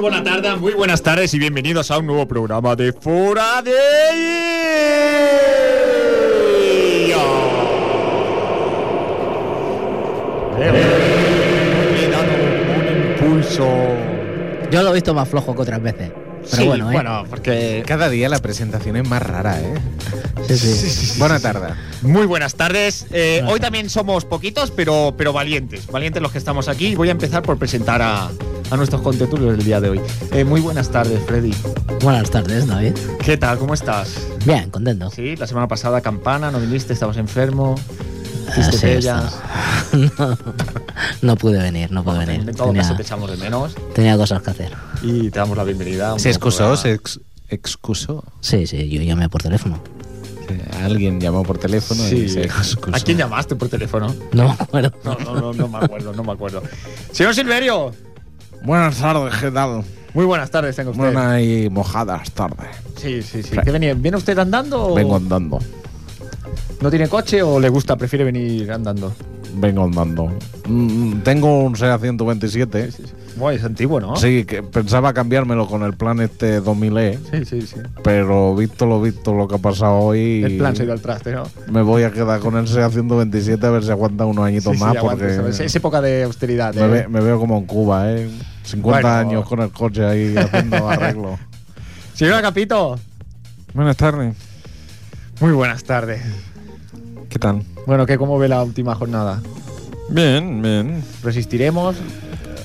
buena tarde, muy buenas tardes y bienvenidos a un nuevo programa de Fora de Hierro. Le he dado un impulso. Yo lo he visto más flojo que otras veces. Pero Sí, bueno, ¿eh? porque. Cada día la presentación es más rara, ¿eh? Sí, sí. Buena tarde. Muy buenas tardes. Eh, hoy también somos poquitos, pero, pero valientes. Valientes los que estamos aquí. Voy a empezar por presentar a, a nuestros contertulios del día de hoy. Eh, muy buenas tardes, Freddy. Buenas tardes, David. ¿Qué tal? ¿Cómo estás? Bien, contento. Sí, la semana pasada campana, no viniste, estabas enfermo. Ah, Hiciste Así bellas. está. no pude venir, no pude venir. En todo caso te Tenía, echamos de menos tenía cosas que hacer. y te damos la bienvenida. a un Se nuevo excusó, programa. se ex- excusó. Eh, Sí, sí, yo llamé por teléfono. Alguien llamó por teléfono Sí. y se excusó. ¿A quién llamaste por teléfono? No me acuerdo. No, no, no, no me acuerdo, no me acuerdo. Señor Silverio, Buenas tardes, ¿qué tal? muy buenas tardes, tengo usted. Buenas y mojadas tardes. Sí, sí, sí. ¿Qué venía? ¿Viene usted andando? O Vengo andando. ¿No tiene coche o le gusta, prefiere venir andando? Vengo andando. Mm, tengo un SEA 127. Sí, Bueno, es antiguo, ¿no? que pensaba cambiármelo con el plan este 2000E, Sí, sí, sí. pero visto lo visto, lo que ha pasado hoy. El plan se ha ido al traste, ¿no? Me voy a quedar con el SEA 127 a ver si aguanta unos añitos Sí, sí, más. aguanta, porque es- Es época de austeridad. Me, ¿eh? ve- me veo como en Cuba, ¿eh? 50 Bueno. años con el coche ahí haciendo arreglo. Señora Capito, Buenas tardes. muy buenas tardes. ¿Qué tal? Bueno, ¿qué, ¿cómo ve la última jornada? Bien, bien. ¿Resistiremos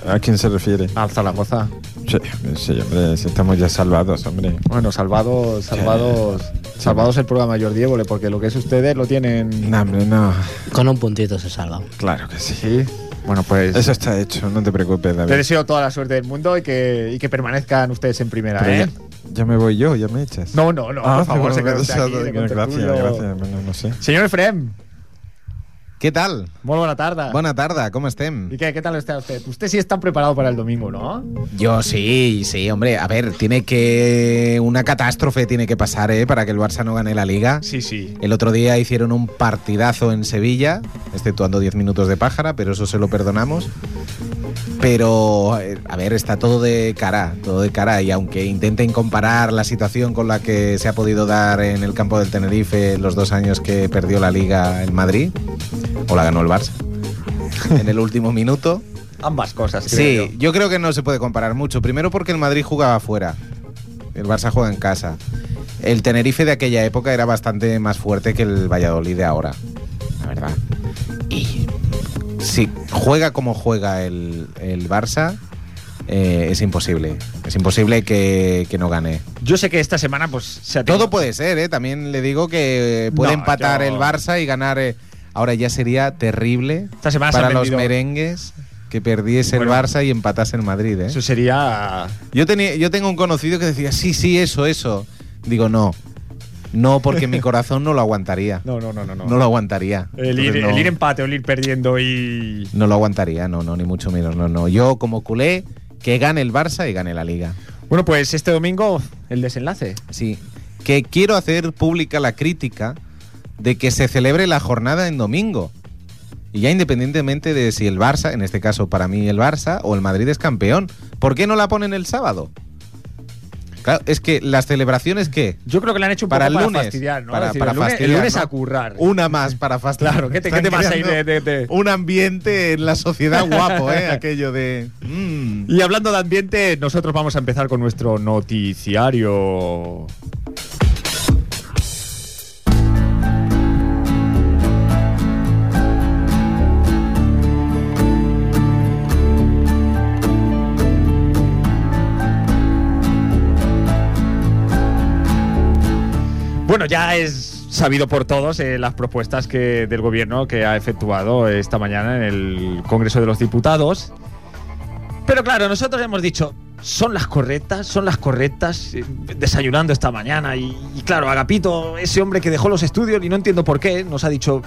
¿A quién se refiere? al Zaragoza? Sí, sí, hombre, si estamos ya salvados, hombre. Bueno, salvados, salvados, salvados el programa Jordi Évole, porque lo que es ustedes lo tienen. No, hombre, no. Con un puntito se salva. Claro que sí. Sí. Bueno, pues. Eso está hecho, no te preocupes, Te David. deseo toda la suerte del mundo y que, y que permanezcan ustedes en primera, Pero ¿eh? ya, ya me voy yo, ya me echas. No, no, no, Ah, por favor, bueno, se queda usted gracias, aquí. de bueno, gracias, contertulio. gracias, bueno, no sé. Señor Efrem, ¿Qué tal? muy buena tarde. Bona tarda, com ¿Y estem? qué, qué tal está usted? Usted sí está preparado para el domingo, ¿no? Yo sí, sí, hombre. A ver, tiene que... Una catástrofe tiene que pasar, ¿eh? Para que el Barça no gane la Liga. Sí, sí. El otro día hicieron un partidazo en Sevilla, exceptuando 10 minutos de pájara, pero eso se lo perdonamos. Pero, eh, a ver, está todo de cara, todo de cara. Y aunque intenten comparar la situación con la que se ha podido dar en el campo del Tenerife en los dos años que perdió la liga en Madrid, o la ganó el Barça, en el último minuto. Ambas cosas, creo Sí, yo creo que no se puede comparar mucho. Primero porque el Madrid jugaba afuera, el Barça juega en casa. El Tenerife de aquella época era bastante más fuerte que el Valladolid de ahora, la verdad. Y si juega como juega el, el Barça, eh, es imposible. Es imposible que, que no gane. yo. Yo sé que esta semana, pues, se ha Todo puede ser, ¿eh? También le digo que puede No, empatar yo- el Barça y ganar. eh. Ahora ya sería terrible Esta semana se para han los vendido- merengues que perdiese Bueno. el Barça y empatase el Madrid, ¿eh? Eso sería. Yo, tenía, yo tengo un conocido que decía, sí, sí, eso, eso. Digo, no. No, porque mi corazón no lo aguantaría. No, No, no, no, no. no. lo aguantaría. el, ir, Entonces, no, el ir empate o el ir perdiendo y. no lo aguantaría, no, no, ni mucho menos. No, no. Yo, como culé, que gane el Barça y gane la Liga. Bueno, pues este domingo, el desenlace. Sí. Que quiero hacer pública la crítica de que se celebre la jornada en domingo. Y ya independientemente de si el Barça, en este caso para mí el Barça o el Madrid es campeón, ¿por qué no la ponen el sábado? Claro, es que las celebraciones que Yo creo que le han hecho un para el poco lunes. para fastidiar, ¿no? Para, Es decir, para el lunes, fastidiar. el lunes ¿no? a currar. Una más para fastidiar. Claro, ¿qué te- Están qué te pasa ahí creando de- de- de- Un ambiente en la sociedad guapo, ¿eh? Aquello de. mm. Y hablando de ambiente, nosotros vamos a empezar con nuestro noticiario. Bueno, ya es sabido por todos eh, las propuestas que, del gobierno que ha efectuado esta mañana en el Congreso de los Diputados. Pero claro, nosotros hemos dicho, son las correctas, son las correctas, eh, desayunando esta mañana. Y, y claro, Agapito, ese hombre que dejó los estudios y no entiendo por qué, nos ha dicho,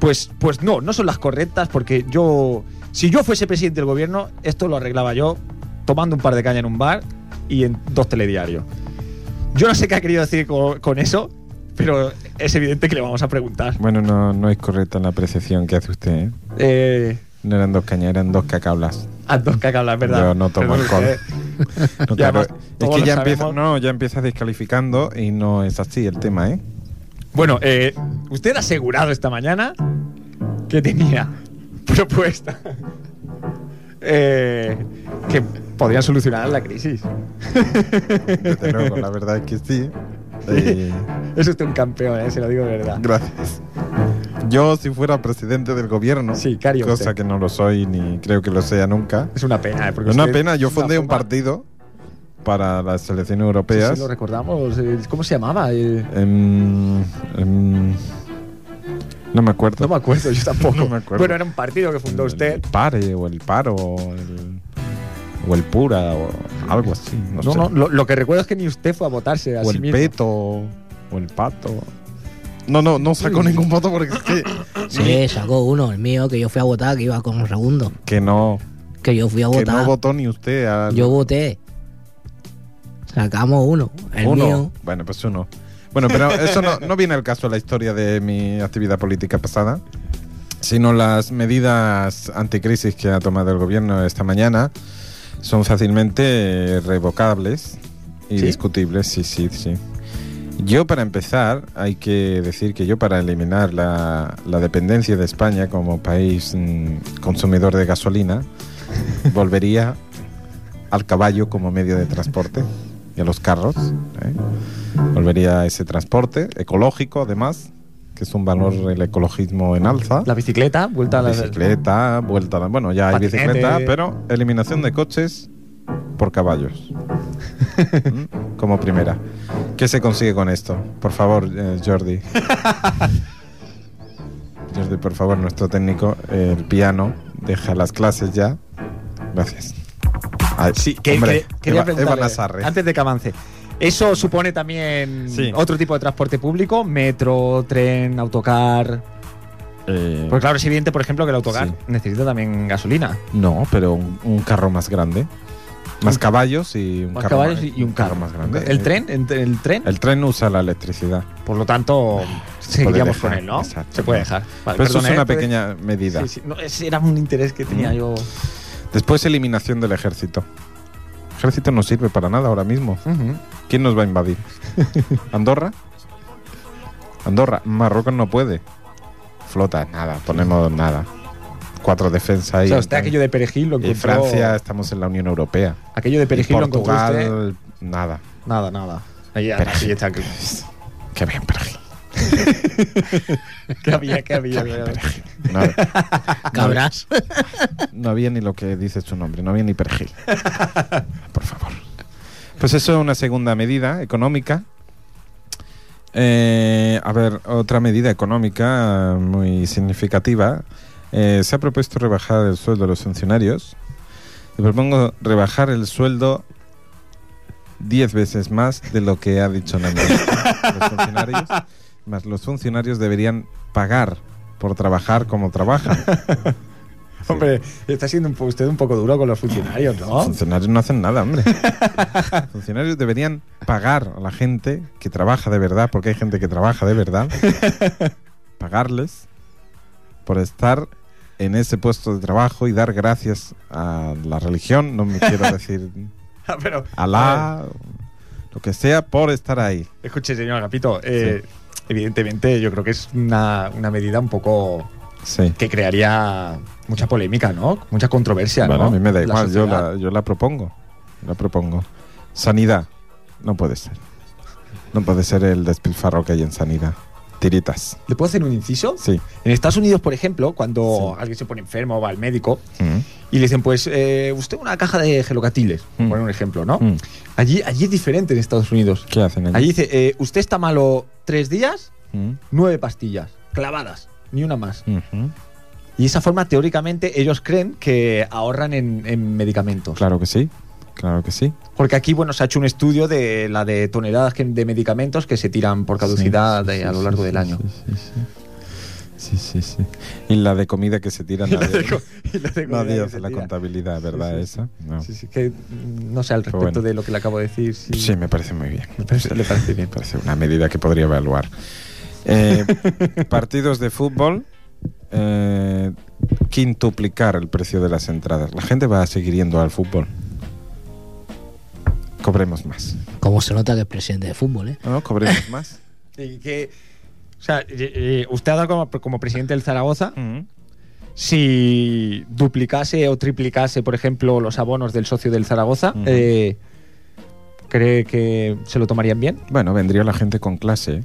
pues, pues no, no son las correctas porque yo, si yo fuese presidente del gobierno, esto lo arreglaba yo tomando un par de caña en un bar y en dos telediarios. Yo no sé qué ha querido decir co- con, eso, pero es evidente que le vamos a preguntar. Bueno, no, no es correcta la apreciación que hace usted, ¿eh? Eh, No eran dos cañas, eran dos cacaulas. a dos cacablas, ¿verdad? Yo no tomo Perdón, alcohol. eh, No, Ya, claro, pues, es todos que lo ya empieza, sabemos. no, ya empieza descalificando y no es así el tema, ¿eh? Bueno, eh, usted ha asegurado esta mañana que tenía propuesta eh, que podría solucionar la crisis. Desde luego, la verdad es que sí. Eh, Es usted un campeón, eh, se lo digo de verdad. gracias. Yo, si fuera presidente del gobierno, Sí, ¿qué haría cosa usted? que no lo soy ni creo que lo sea nunca, Es una pena, eh, porque es una usted- pena. Yo es una fundé un forma- partido para las selecciones Sí, sí, europeas. lo recordamos. eh, ¿Cómo se llamaba? Eh, Em, em, no me acuerdo. no me acuerdo, yo tampoco. No me acuerdo. Bueno, era un partido que fundó El usted. pare o el paro o el, o el pura o algo así. No, No, sé. no, lo, lo que recuerdo es que ni usted fue a votarse a o sí el E mismo. peto o el pato. No, no, no sacó ningún voto porque es que, Sí, sacó uno, el mío, que yo fui a votar, que iba con segundo. que no Que yo fui a que votar. no votó ni usted. al- Yo voté. Sacamos uno, el uno. mío. Bueno, pues uno. Bueno, pero eso no, no viene al caso de la historia de mi actividad política pasada, sino las medidas anticrisis que ha tomado el gobierno esta mañana son fácilmente eh, revocables y ¿Sí? discutibles, sí, sí, sí. Yo para empezar, hay que decir que yo para eliminar la, la dependencia de España como país mm, consumidor de gasolina, volvería al caballo como medio de transporte y a los carros. ¿eh? Volvería a ese transporte ecológico, además, que es un valor el ecologismo en alza. La bicicleta, vuelta a la. bicicleta, vuelta a la... Bueno, ya hay Patinete. bicicleta, pero eliminación de coches por caballos. ¿Mm? como primera. ¿Qué se consigue con esto? Por favor, eh, Jordi. Jordi, por favor, nuestro técnico, eh, el piano, deja las clases ya. Gracias. Ay, Sí, que, hombre, que- quería Eva- Eva preguntarle, Nazarre. antes de que avance. ¿Eso supone también Sí. otro tipo de transporte público? ¿Metro, tren, autocar? Eh, Porque claro, es evidente, por ejemplo, que el autocar Sí. necesita también gasolina. No, pero un, un carro más grande. Más caballos y un, Más carro, caballos más- y un carro. más grande. ¿El tren? ¿Ent- ¿El tren? El tren usa la electricidad. Por lo tanto, seguiríamos dejar, con él, ¿no? exacto. Se puede dejar. Vale, pero eso perdón, es ¿eh? una Puede- pequeña medida. Sí, sí. No, ese era un interés que tenía Mm. yo. Después eliminación del ejército. El ejército no sirve para nada ahora mismo. Ujú. ¿Quién nos va a invadir? ¿Andorra? Andorra. Marruecos no puede. Flota, nada. Ponemos nada. Cuatro defensas O ahí. sea, usted aquello de perejil lo y encontró. Francia, estamos en la Unión Europea. Aquello de perejil Y lo ¿eh? encontró usted. Portugal, nada. Nada, nada. Ahí ya, Perejil. ahí está. que- Qué bien, perejil. que había, que había. Nada. Ah, Cabras. No había ni lo que dice su nombre, no había ni perejil. Por favor. Pues eso es una segunda medida económica. Eh, a ver, otra medida económica muy significativa. Eh, se ha propuesto rebajar el sueldo de los funcionarios. Yo propongo rebajar el sueldo 10 veces más de lo que ha dicho la ministra. los funcionarios. Más los funcionarios deberían pagar por trabajar como trabajan. Sí. Hombre, está siendo un po- usted un poco duro con los funcionarios, Los ¿no? Funcionarios no hacen nada, hombre. Los Funcionarios deberían pagar a la gente que trabaja de verdad, porque hay gente que trabaja de verdad, pagarles por estar en ese puesto de trabajo y dar gracias a la religión, no me quiero decir Ah, Pero, Alá, lo que sea, por estar ahí. Escuche, señor Agapito, eh, evidentemente yo creo que es una, una medida un poco Sí. que crearía mucha polémica, ¿no? Mucha controversia, Bueno, ¿no? a mí me da igual, yo sociedad. la, yo la propongo. La propongo. Sanidad, no puede ser. No puede ser el despilfarro que hay en sanidad. Tiritas. ¿Le puedo hacer un inciso? Sí. En Estados Unidos, por ejemplo, cuando alguien se pone enfermo va al médico y le dicen, pues, eh, usted una caja de gelocatiles, por Mm. poner un ejemplo, ¿no? Mm. Allí, allí es diferente en Estados Unidos. ¿Qué hacen allí? Allí dice, eh, usted está malo tres días, Mm. nueve pastillas, clavadas, ni una más. Ujú. Y de esa forma, teóricamente, ellos creen que ahorran en, en medicamentos. Claro que sí, claro que sí. Porque aquí, bueno, se ha hecho un estudio de la de toneladas que- de medicamentos que se tiran por caducidad Sí, sí, eh, sí, a lo sí, largo sí, del año. Sí sí, sí. Sí, sí, sí. Y la de comida que se tira, nadie, Y la de comida nadie que hace se la tira. contabilidad, ¿verdad? sí, Esa. No. Sí, sí, que mm, no sé al Pero respecto bueno. de lo que le acabo de decir. Sí, Sí, me parece muy bien. Me parece- le parece bien. Me parece una medida que podría evaluar. Eh, partidos de fútbol, eh, quintuplicar el precio de las entradas. La gente va a seguir yendo al fútbol. cobremos más. Como se nota que es presidente de fútbol, ¿eh? No, cobremos más. Y que- o sea, y- y usted ha dado como, como presidente del Zaragoza, si duplicase o triplicase, por ejemplo, los abonos del socio del Zaragoza, Ujú. eh, ¿cree que se lo tomarían bien? Bueno, vendría la gente con clase,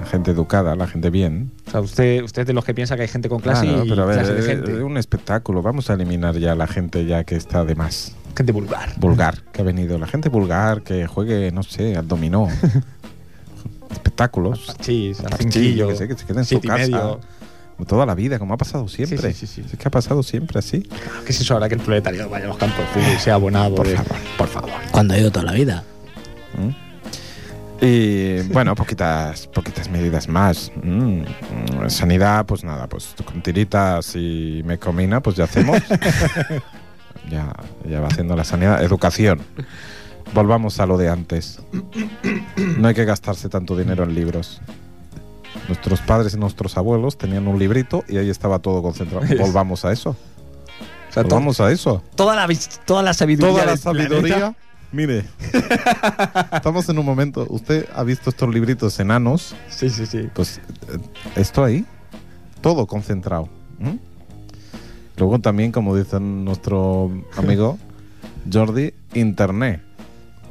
la gente educada, la gente bien. O sea, usted, usted es de los que piensa que hay gente con clase Claro, y pero a ver, eh, clase de es- gente. es un espectáculo. Vamos a eliminar ya a la gente ya que está de más. Gente vulgar. vulgar que ha venido. La gente vulgar que juegue, no sé, al dominó. Espectáculos. Chis, a Sí, yo cinquillo, que sé, que se queden en su siete y casa. medio. Toda la vida, como ha pasado siempre. Sí, sí, sí, sí. Es que ha pasado siempre así. ¿Qué es eso ahora que el proletariado vaya a los campos de fútbol y sea abonado? Por de- favor. por favor. Cuando ha ido toda la vida. ¿Mm? Y bueno, poquitas, poquitas medidas más. Mm, mm, Sanidad, pues nada, pues con tiritas y me comina, pues ya hacemos. ya, ya va haciendo la sanidad. Educación. Volvamos a lo de antes. No hay que gastarse tanto dinero en libros. Nuestros padres y nuestros abuelos tenían un librito y ahí estaba todo concentrado. Volvamos a eso. O sea, to- Volvamos a eso. toda, la, vis- toda la sabiduría. Toda la del planeta- sabiduría. Mire, estamos en un momento. Usted ha visto estos libritos enanos. Sí, sí, sí. Pues eh, esto ahí, todo concentrado. ¿m? Luego también, como dice nuestro amigo Jordi, Internet.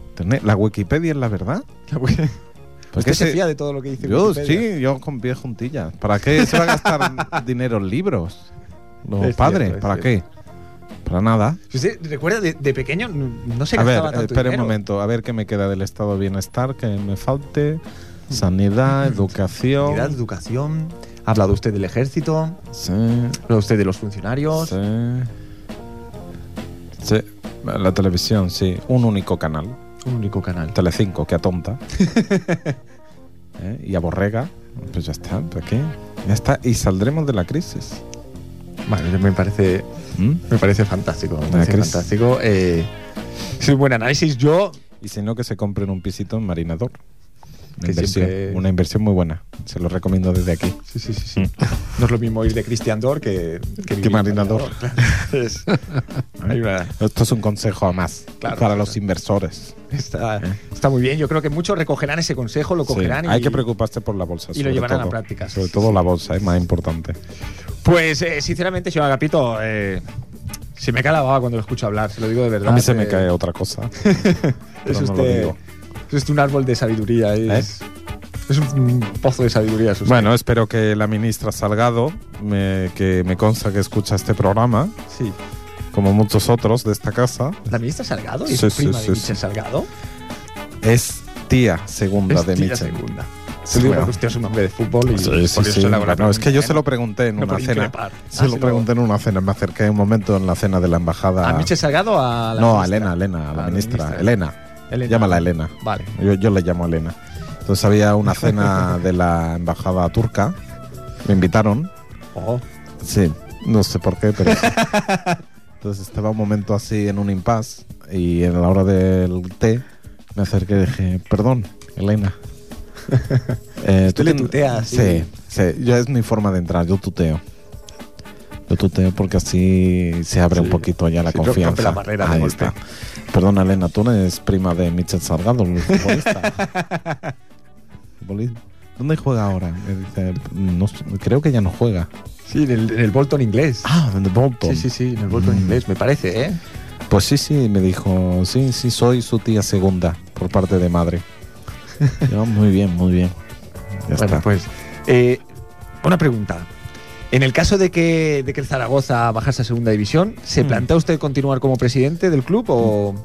Internet. La Wikipedia es la verdad. Usted se ese- fía de todo lo Pues que dice yo Wikipedia. sí, yo con pie juntillas. ¿Para qué se va a gastar dinero en libros? Los Es padres, cierto, es ¿para qué? Para nada. Si usted recuerda de, de pequeño, no se A ver, gastaba tanto espera un dinero. momento, a ver qué me queda del estado de bienestar, que me falte. Sanidad, educación. Sanidad, educación. Ha hablado usted del ejército, ha Sí, hablado usted de los funcionarios. sí. Sí, La televisión, sí. Un único canal. Un único canal. Telecinco, que atonta. ¿Eh? Y aborrega. Pues ya está, ¿para qué? Ya está, y saldremos de la crisis. Bueno, me parece, ¿Mm? me parece fantástico. Me parece Chris. fantástico. Eh, es un buen análisis. Yo Y si no, que se compren un pisito en Marinador. Una Que inversión, siempre- una inversión muy buena. Se lo recomiendo desde aquí. Sí, sí, sí. sí. Mm. no es lo mismo ir de Christian Dor que, que, vivir marinador. en Es- hay una- Esto es un consejo a más Claro, para claro. los inversores. está, está muy bien. Yo creo que muchos recogerán ese consejo, lo Sí, cogerán y. Hay que preocuparse por la bolsa. y lo sobre llevarán a todo. la práctica. Sobre todo la bolsa, es más importante. Pues, eh, sinceramente, señor Agapito, eh, se me cae la baba cuando lo escucho hablar, se lo digo de verdad. A mí se me eh, cae otra cosa. Es pero no lo usted, digo. ¿Eh? es usted un árbol de sabiduría. Es, es un pozo de sabiduría. es usted. Bueno, espero que la ministra Salgado, me- que me consta que escucha este programa, sí. como muchos otros de esta casa, ¿La ministra Salgado? ¿Es Sí, sí, prima sí, de sí. Michel Salgado? es tía segunda Es de tía Michel. segunda. Se digo Bueno. porque usted es un hombre de fútbol y Sí, sí, por eso sí. le hago la Bueno, es que pregunta, yo se ¿eh? lo pregunté en No una puede cena. increpar. Se Ah, lo sí, pregunté en una cena. Me acerqué un momento en la cena de la embajada. ¿A Michel Salgado o a la no, a ministra? Elena, Elena, a la Ah, ministra. Elena. Elena. Llámala Elena. Vale. Yo, yo le llamo Elena. Entonces había una cena de la embajada turca. Me invitaron. Oh, Sí, no sé por qué, pero. sí. Entonces estaba un momento así en un impasse y en la hora del té me acerqué y dije, perdón, Elena. Eh, Tú le tien- tuteas, Sí, sí. sí, yo es mi forma de entrar, yo tuteo. Yo tuteo porque así se abre un Sí. poquito ya la Sí, rompe confianza. la barrera de Ahí golpe. está. Perdona, Elena, tú no eres prima de Michel Salgado, el futbolista. Futbolista. ¿Dónde juega ahora? Me dice, "No sé, creo que ya no juega. sí, en el, en el Bolton inglés. Ah, en el Bolton. Sí, sí, sí, en el Bolton Mm. inglés, me parece, ¿eh? Pues sí, sí, me dijo, sí, sí, soy su tía segunda por parte de madre. Yo, muy bien, muy bien. Ya bueno, está. pues. eh, una pregunta. En el caso de que, de que el Zaragoza bajase a segunda división, ¿se Mm. plantea usted continuar como presidente del club o.?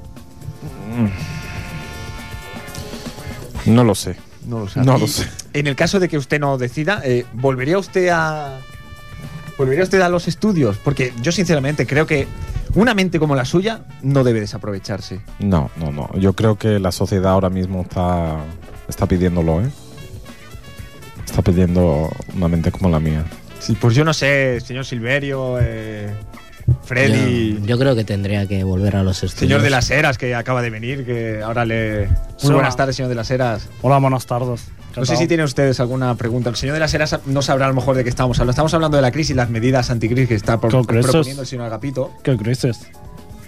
No lo sé. No lo sé. No Y lo sé. En el caso de que usted no decida, eh, ¿volvería usted a. ¿Volvería usted a los estudios? Porque yo, sinceramente, creo que una mente como la suya no debe desaprovecharse. No, no, no. Yo creo que la sociedad ahora mismo está, está pidiéndolo, ¿eh? Está pidiendo una mente como la mía. Sí, pues yo no sé, señor Silverio, eh, Freddy, Yo, yo creo que tendría que volver a los estudios. señor de las Heras que acaba de venir, que ahora le. Muy Hola. buenas tardes, señor de las Heras. Hola, buenas tardes. No sé si tienen ustedes alguna pregunta. El señor de las Heras no sabrá a lo mejor de qué estamos hablando. Estamos hablando de la crisis, las medidas anticrisis que está pro- Congresos. proponiendo el señor Agapito. ¿Qué crees?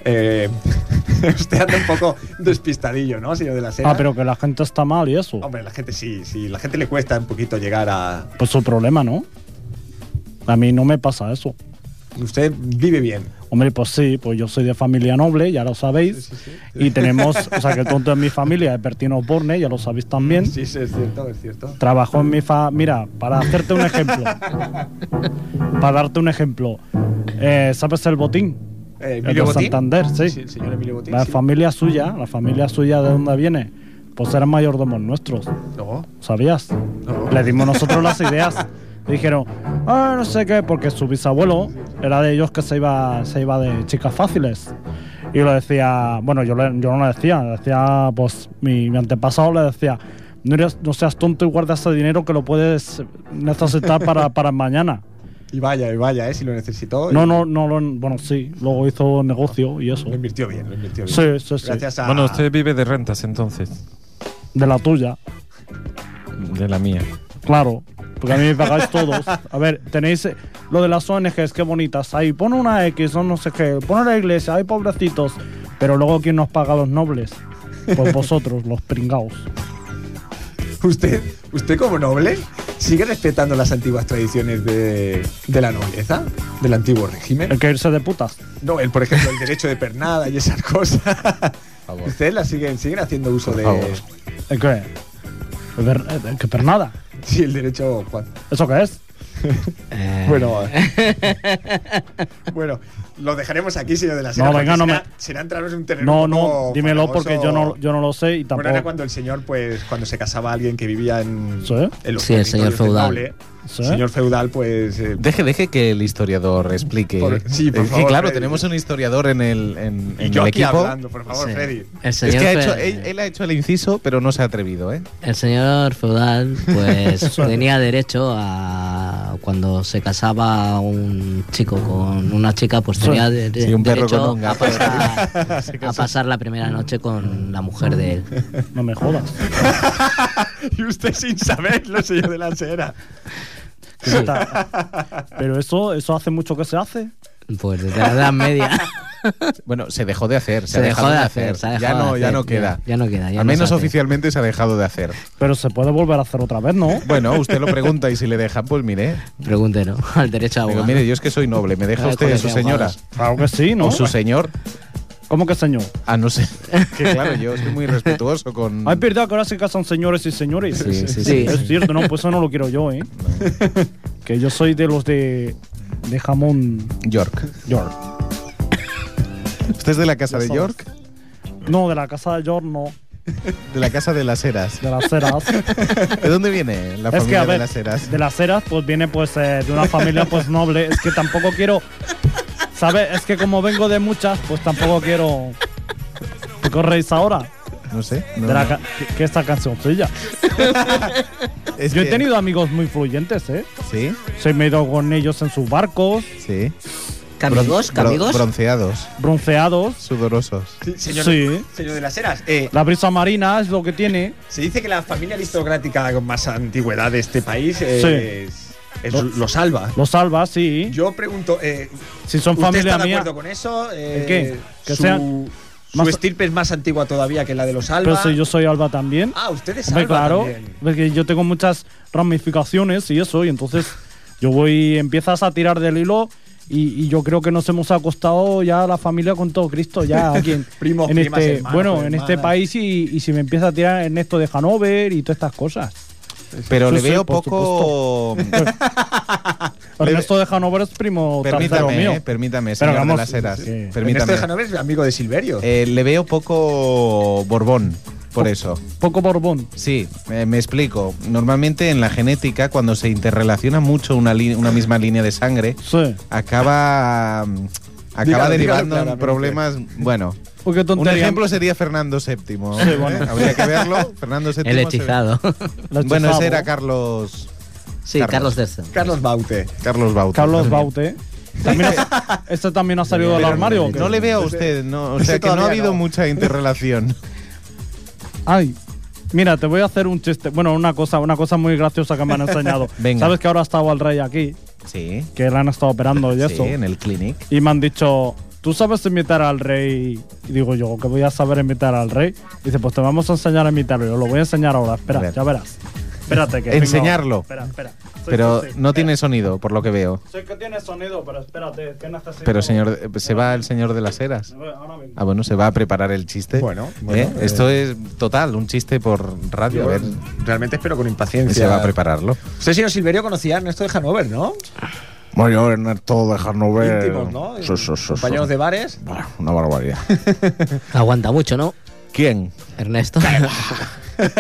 Eh, Usted anda un poco despistadillo, ¿no, señor de la Sera? Ah, pero que la gente está mal y eso. Hombre, la gente sí, sí, la gente le cuesta un poquito llegar a. Pues su problema, ¿no? A mí no me pasa eso. Usted vive bien. Hombre, pues sí, pues yo soy de familia noble, ya lo sabéis. Y tenemos, o sea, que el tonto de mi familia es Bertino Borne, ya lo sabéis también. Sí, sí, es cierto, es cierto. Trabajó en mi fa. Mira, para hacerte un ejemplo. para darte un ejemplo. eh, ¿Sabes el botín? Eh, El de Santander, sí. Sí, el señor Emilio Botín. La sí. familia suya, la familia suya de dónde viene, pues eran mayordomos nuestros. No, ¿Sabías? no. Le dimos nosotros las ideas. Dijeron, ah, no sé qué, porque su bisabuelo era de ellos que se iba, se iba de chicas fáciles. Y lo decía, bueno, yo, le- yo no lo decía, le decía, pues mi, mi antepasado le decía, no, eres- no seas tonto y guarda ese dinero que lo puedes necesitar para, para mañana. Y vaya, y vaya, ¿eh? Si lo necesitó. No, no, no, lo, bueno, sí, luego hizo negocio y eso. Lo invirtió bien, lo invirtió bien. Sí, sí, sí. Gracias a. Bueno, usted vive de rentas entonces, De la tuya, de la mía. claro, porque a mí me pagáis todos. A ver, tenéis eh, lo de las ONGs, qué bonitas. Ahí pon una X, o no sé qué, pon la iglesia, hay pobrecitos. Pero luego, ¿quién nos paga a los nobles? Pues vosotros, los pringaos. Usted, usted como noble, sigue respetando las antiguas tradiciones de, de la nobleza, del antiguo régimen. El que irse de putas. No, el, por ejemplo, el derecho de pernada y esas cosas. Ustedes las siguen, siguen haciendo uso de. favor. El que. El, ver- el que pernada. Sí, el derecho. Juan. ¿Eso qué es? Eh, Bueno, bueno, lo dejaremos aquí, señor de la Sera. No, porque venga, no será, me- será entrarnos en un terreno. No, un no, poco dímelo farragoso. porque yo no, yo no lo sé y Bueno, era tampoco. cuando el señor, pues, cuando se casaba alguien que vivía en, Sí. en los Sí, el territorios señor del feudal. noble, Sí. El señor feudal, pues. eh, Deje, deje que el historiador explique. Por- sí, por es que favor, claro, Freddy. tenemos un historiador en el, en, y en yo el aquí equipo. hablando, por favor, sí. Freddy. El Es señor, que ha fe- hecho, él, él ha hecho el inciso, pero no se ha atrevido, ¿eh? el señor feudal, pues tenía derecho a cuando se casaba un chico con una chica, pues tenía de- de- Sí, un perro derecho con un a gato. pasar, a pasar la primera noche con la mujer de él. No me jodas. y usted sin saberlo, señor de la Sera. ¿Qué tal? Pero eso, eso hace mucho que se hace. Pues desde la Edad Media. Bueno, se dejó de hacer. Se, Se, ha dejó dejado de hacer. se ha Ya dejado de no, ya hacer, no queda. Ya, no queda. ya Al no se menos hace. oficialmente se ha dejado de hacer. Pero se puede volver a hacer otra vez, ¿no? Bueno, usted lo pregunta y si le dejan, pues mire. Pregúntenos al derecho a Digo, abogado. mire, yo es que soy noble. ¿Me deja Ay, pues usted a colegio su de señora? abogados. Claro que sí, ¿no? ¿O su señor? ¿Cómo que señor? Ah, no sé. Que claro, yo soy muy respetuoso con. Ay, verdad que ahora se casan señores y señores. Sí, sí, sí. Es cierto, no, pues eso no lo quiero yo, ¿eh? que yo soy de los de, de jamón York. York. ¿Usted es de la casa Ya de sabes. York? No, de la casa de York, no, De la casa de las Heras. de las Heras. ¿De dónde viene la es que, familia a ver, de las Heras? de las Heras, pues viene pues eh, de una familia pues noble. Es que tampoco quiero... ¿Sabes? Es que como vengo de muchas, pues tampoco quiero... ¿Qué corréis ahora? No sé. no, De la no. ca- que- que esta cancioncilla. Es Yo he que- tenido amigos muy influyentes, ¿eh? Sí, Se me he ido con ellos en sus barcos, sí. ¿Camigos? Bron- bron- ¿Camigos? Bronceados, bronceados. sudorosos. Sí, señor, Sí. señor de las Heras, eh, La brisa marina es lo que tiene. se dice que la familia aristocrática con más antigüedad de este país eh, Sí. es, es lo salva. Los salva, sí. Yo pregunto, eh, si son ¿usted familia está de mía. acuerdo con eso? Eh, ¿El qué? Que su, sean su más- estirpe es más antigua todavía que la de los Alba. Pero si yo soy alba también. Ah, usted es Hombre, Alba claro. también. Porque yo tengo muchas ramificaciones y eso. Y entonces yo voy. Empiezas a tirar del hilo. Y, y yo creo que nos hemos acostado ya la familia con todo Cristo, ya aquí en, Primos, en primas, este, hermanos, bueno, en este hermanas. país y, y si me empieza a tirar Ernesto de Hanover y todas estas cosas. Pero Sí, le sí, veo por poco. Ernesto de Hanover es primo tercero mío. permítame, eh, permítame, señor vamos, de las Heras. sí, este sí. Ernesto de Permítame. Hanover es amigo de Silverio. Eh, le veo poco Borbón, Oh. por eso. Poco Borbón. Sí, eh, me explico. Normalmente en la genética, cuando se interrelaciona mucho una, li- una misma línea de sangre, Sí. acaba. mm, Acaba Dígalo, dígalo derivando en claramente. problemas. Bueno, Uy, qué un tontería. ejemplo sería Fernando VII. ¿eh? bueno. Habría que verlo. Fernando VII. El se- hechizado. La Bueno, chuzaba. ese era Carlos. sí, Carlos. Carlos III. Carlos Baute. Carlos Baute. Carlos Baute. También ha- este también ha salido del Pero armario. ¿o qué? No le veo a usted, no, o Ese sea que no ha todavía habido no. mucha interrelación. Ay, mira, te voy a hacer un chiste. Bueno, una cosa, una cosa muy graciosa que me han enseñado. Venga. Sabes que ahora ha estado el rey aquí, Sí, que le han estado operando y sí, eso. en el clinic. Y me han dicho, ¿tú sabes imitar al rey? Y digo yo, que voy a saber imitar al rey. Dice, pues te vamos a enseñar a imitarlo. Yo lo voy a enseñar ahora. Espera, A ver. ya verás. Espérate que. tengo- Enseñarlo. Espera, espera. Soy Pero José, no espera. tiene sonido, por lo que veo. Sé que tiene sonido, pero espérate, que necesito. Pero señor, eh, se va el señor de las eras. Ahora mismo. Ah, bueno, se va a preparar el chiste. Bueno, ¿Eh? bueno, Esto es total, un chiste por radio. Yo A ver, realmente espero con impaciencia. se va a prepararlo. Usted, señor Silverio, conocía a Ernesto de Hanover, ¿no? Bueno, Ernesto de Hanover. Íntimos, ¿no? Sí, sí, sí, Compañeros sí. de bares. Bueno, Una barbaridad. Aguanta mucho, ¿no? ¿Quién? Ernesto. Es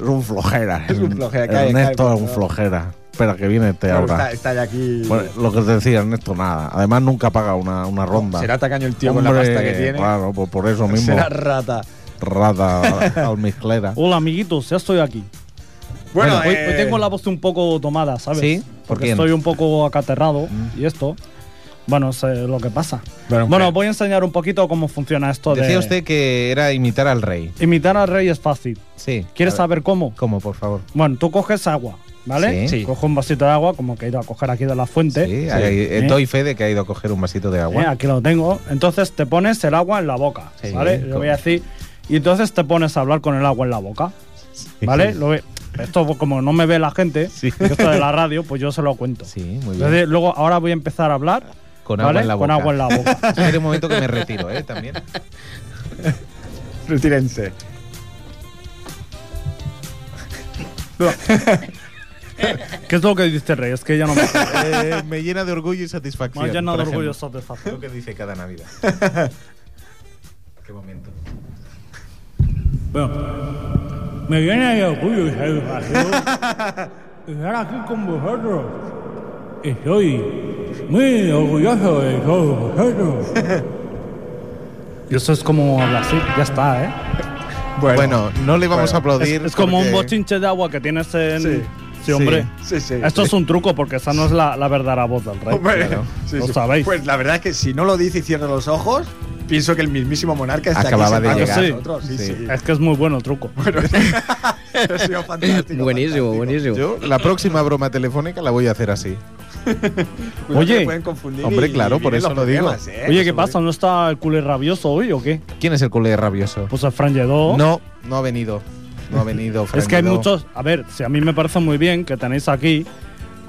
un flojera. Es un flojera, cae, Ernesto cae, es un por flojera. Espera, que viene este Claro, está, ahora. está ya aquí. Bueno, lo que te decía, Ernesto, nada. Además, nunca paga una, una ronda. Será tacaño el tío con la Hombre, pasta que tiene. Claro, pues por eso mismo. Será rata. Rata almizclera. Hola, amiguitos, ya estoy aquí. Bueno, hoy, eh, hoy tengo la voz un poco tomada, ¿sabes? ¿Sí? ¿Por Porque quién? estoy un poco acaterrado y esto. Bueno, sé lo que pasa. Bueno, eh, Bueno, pero- voy a enseñar un poquito cómo funciona esto de. Decía usted que era imitar al rey. Imitar al rey es fácil. Sí. ¿Quieres A ver, saber cómo? ¿Cómo, por favor? Bueno, tú coges agua, ¿vale? Sí. Sí. Cojo un vasito de agua, como que he ido a coger aquí de la fuente. Sí, ahí- eh, ¿eh? doy fe de que ha ido a coger un vasito de Eh, agua. aquí lo tengo. Entonces te pones el agua en la boca, Sí, ¿vale? claro. Lo voy a decir. Y entonces te pones a hablar con el agua en la boca, ¿vale? Lo ve- Esto, como no me ve la gente, esto de la radio, pues yo se lo cuento. Sí, muy bien. Entonces, luego, ahora voy a empezar a hablar Con ¿vale? agua en la boca. Con agua en la boca. Espera un momento que me retiro, ¿eh? También. Retírense. ¿Qué es lo que dice Rey? Es que ya no me. Eh, me llena de orgullo y satisfacción. Me ha llenado por de ejemplo. orgullo satisfacción. Lo que dice cada Navidad. Qué momento. Bueno, me llena de orgullo y satisfacción estar aquí con vosotros. Estoy muy orgulloso de todos vosotros. Y eso es como hablar así, ya está, ¿eh? Bueno, no le vamos a aplaudir. Es, como un porque- bochinche de agua que tienes en. Sí. Sí, hombre. Sí, sí. Esto es un truco porque esa no es la, la verdadera voz del rey. Hombre, claro. sí, lo sí. sabéis. Pues la verdad es que si no lo dice y cierra los ojos, pienso que el mismísimo monarca está Acababa aquí de sentado con llegar. nosotros. Sí, sí. Sí. Es que es muy bueno el truco. Ha sido fantástico. buenísimo, buenísimo. Yo la próxima broma telefónica la voy a hacer así. Cuidado Oye. que le pueden confundir Hombre, y- claro, y por vienen eso los lo digo. problemas, ¿eh? Oye, ¿qué pasa? ¿No está el culé rabioso hoy o qué? ¿Quién es el culé rabioso? Pues el Fran Lledó. No, no ha venido. No ha venido. Fran Es que hay Lledó. muchos. A ver, si a mí me parece muy bien que tenéis aquí,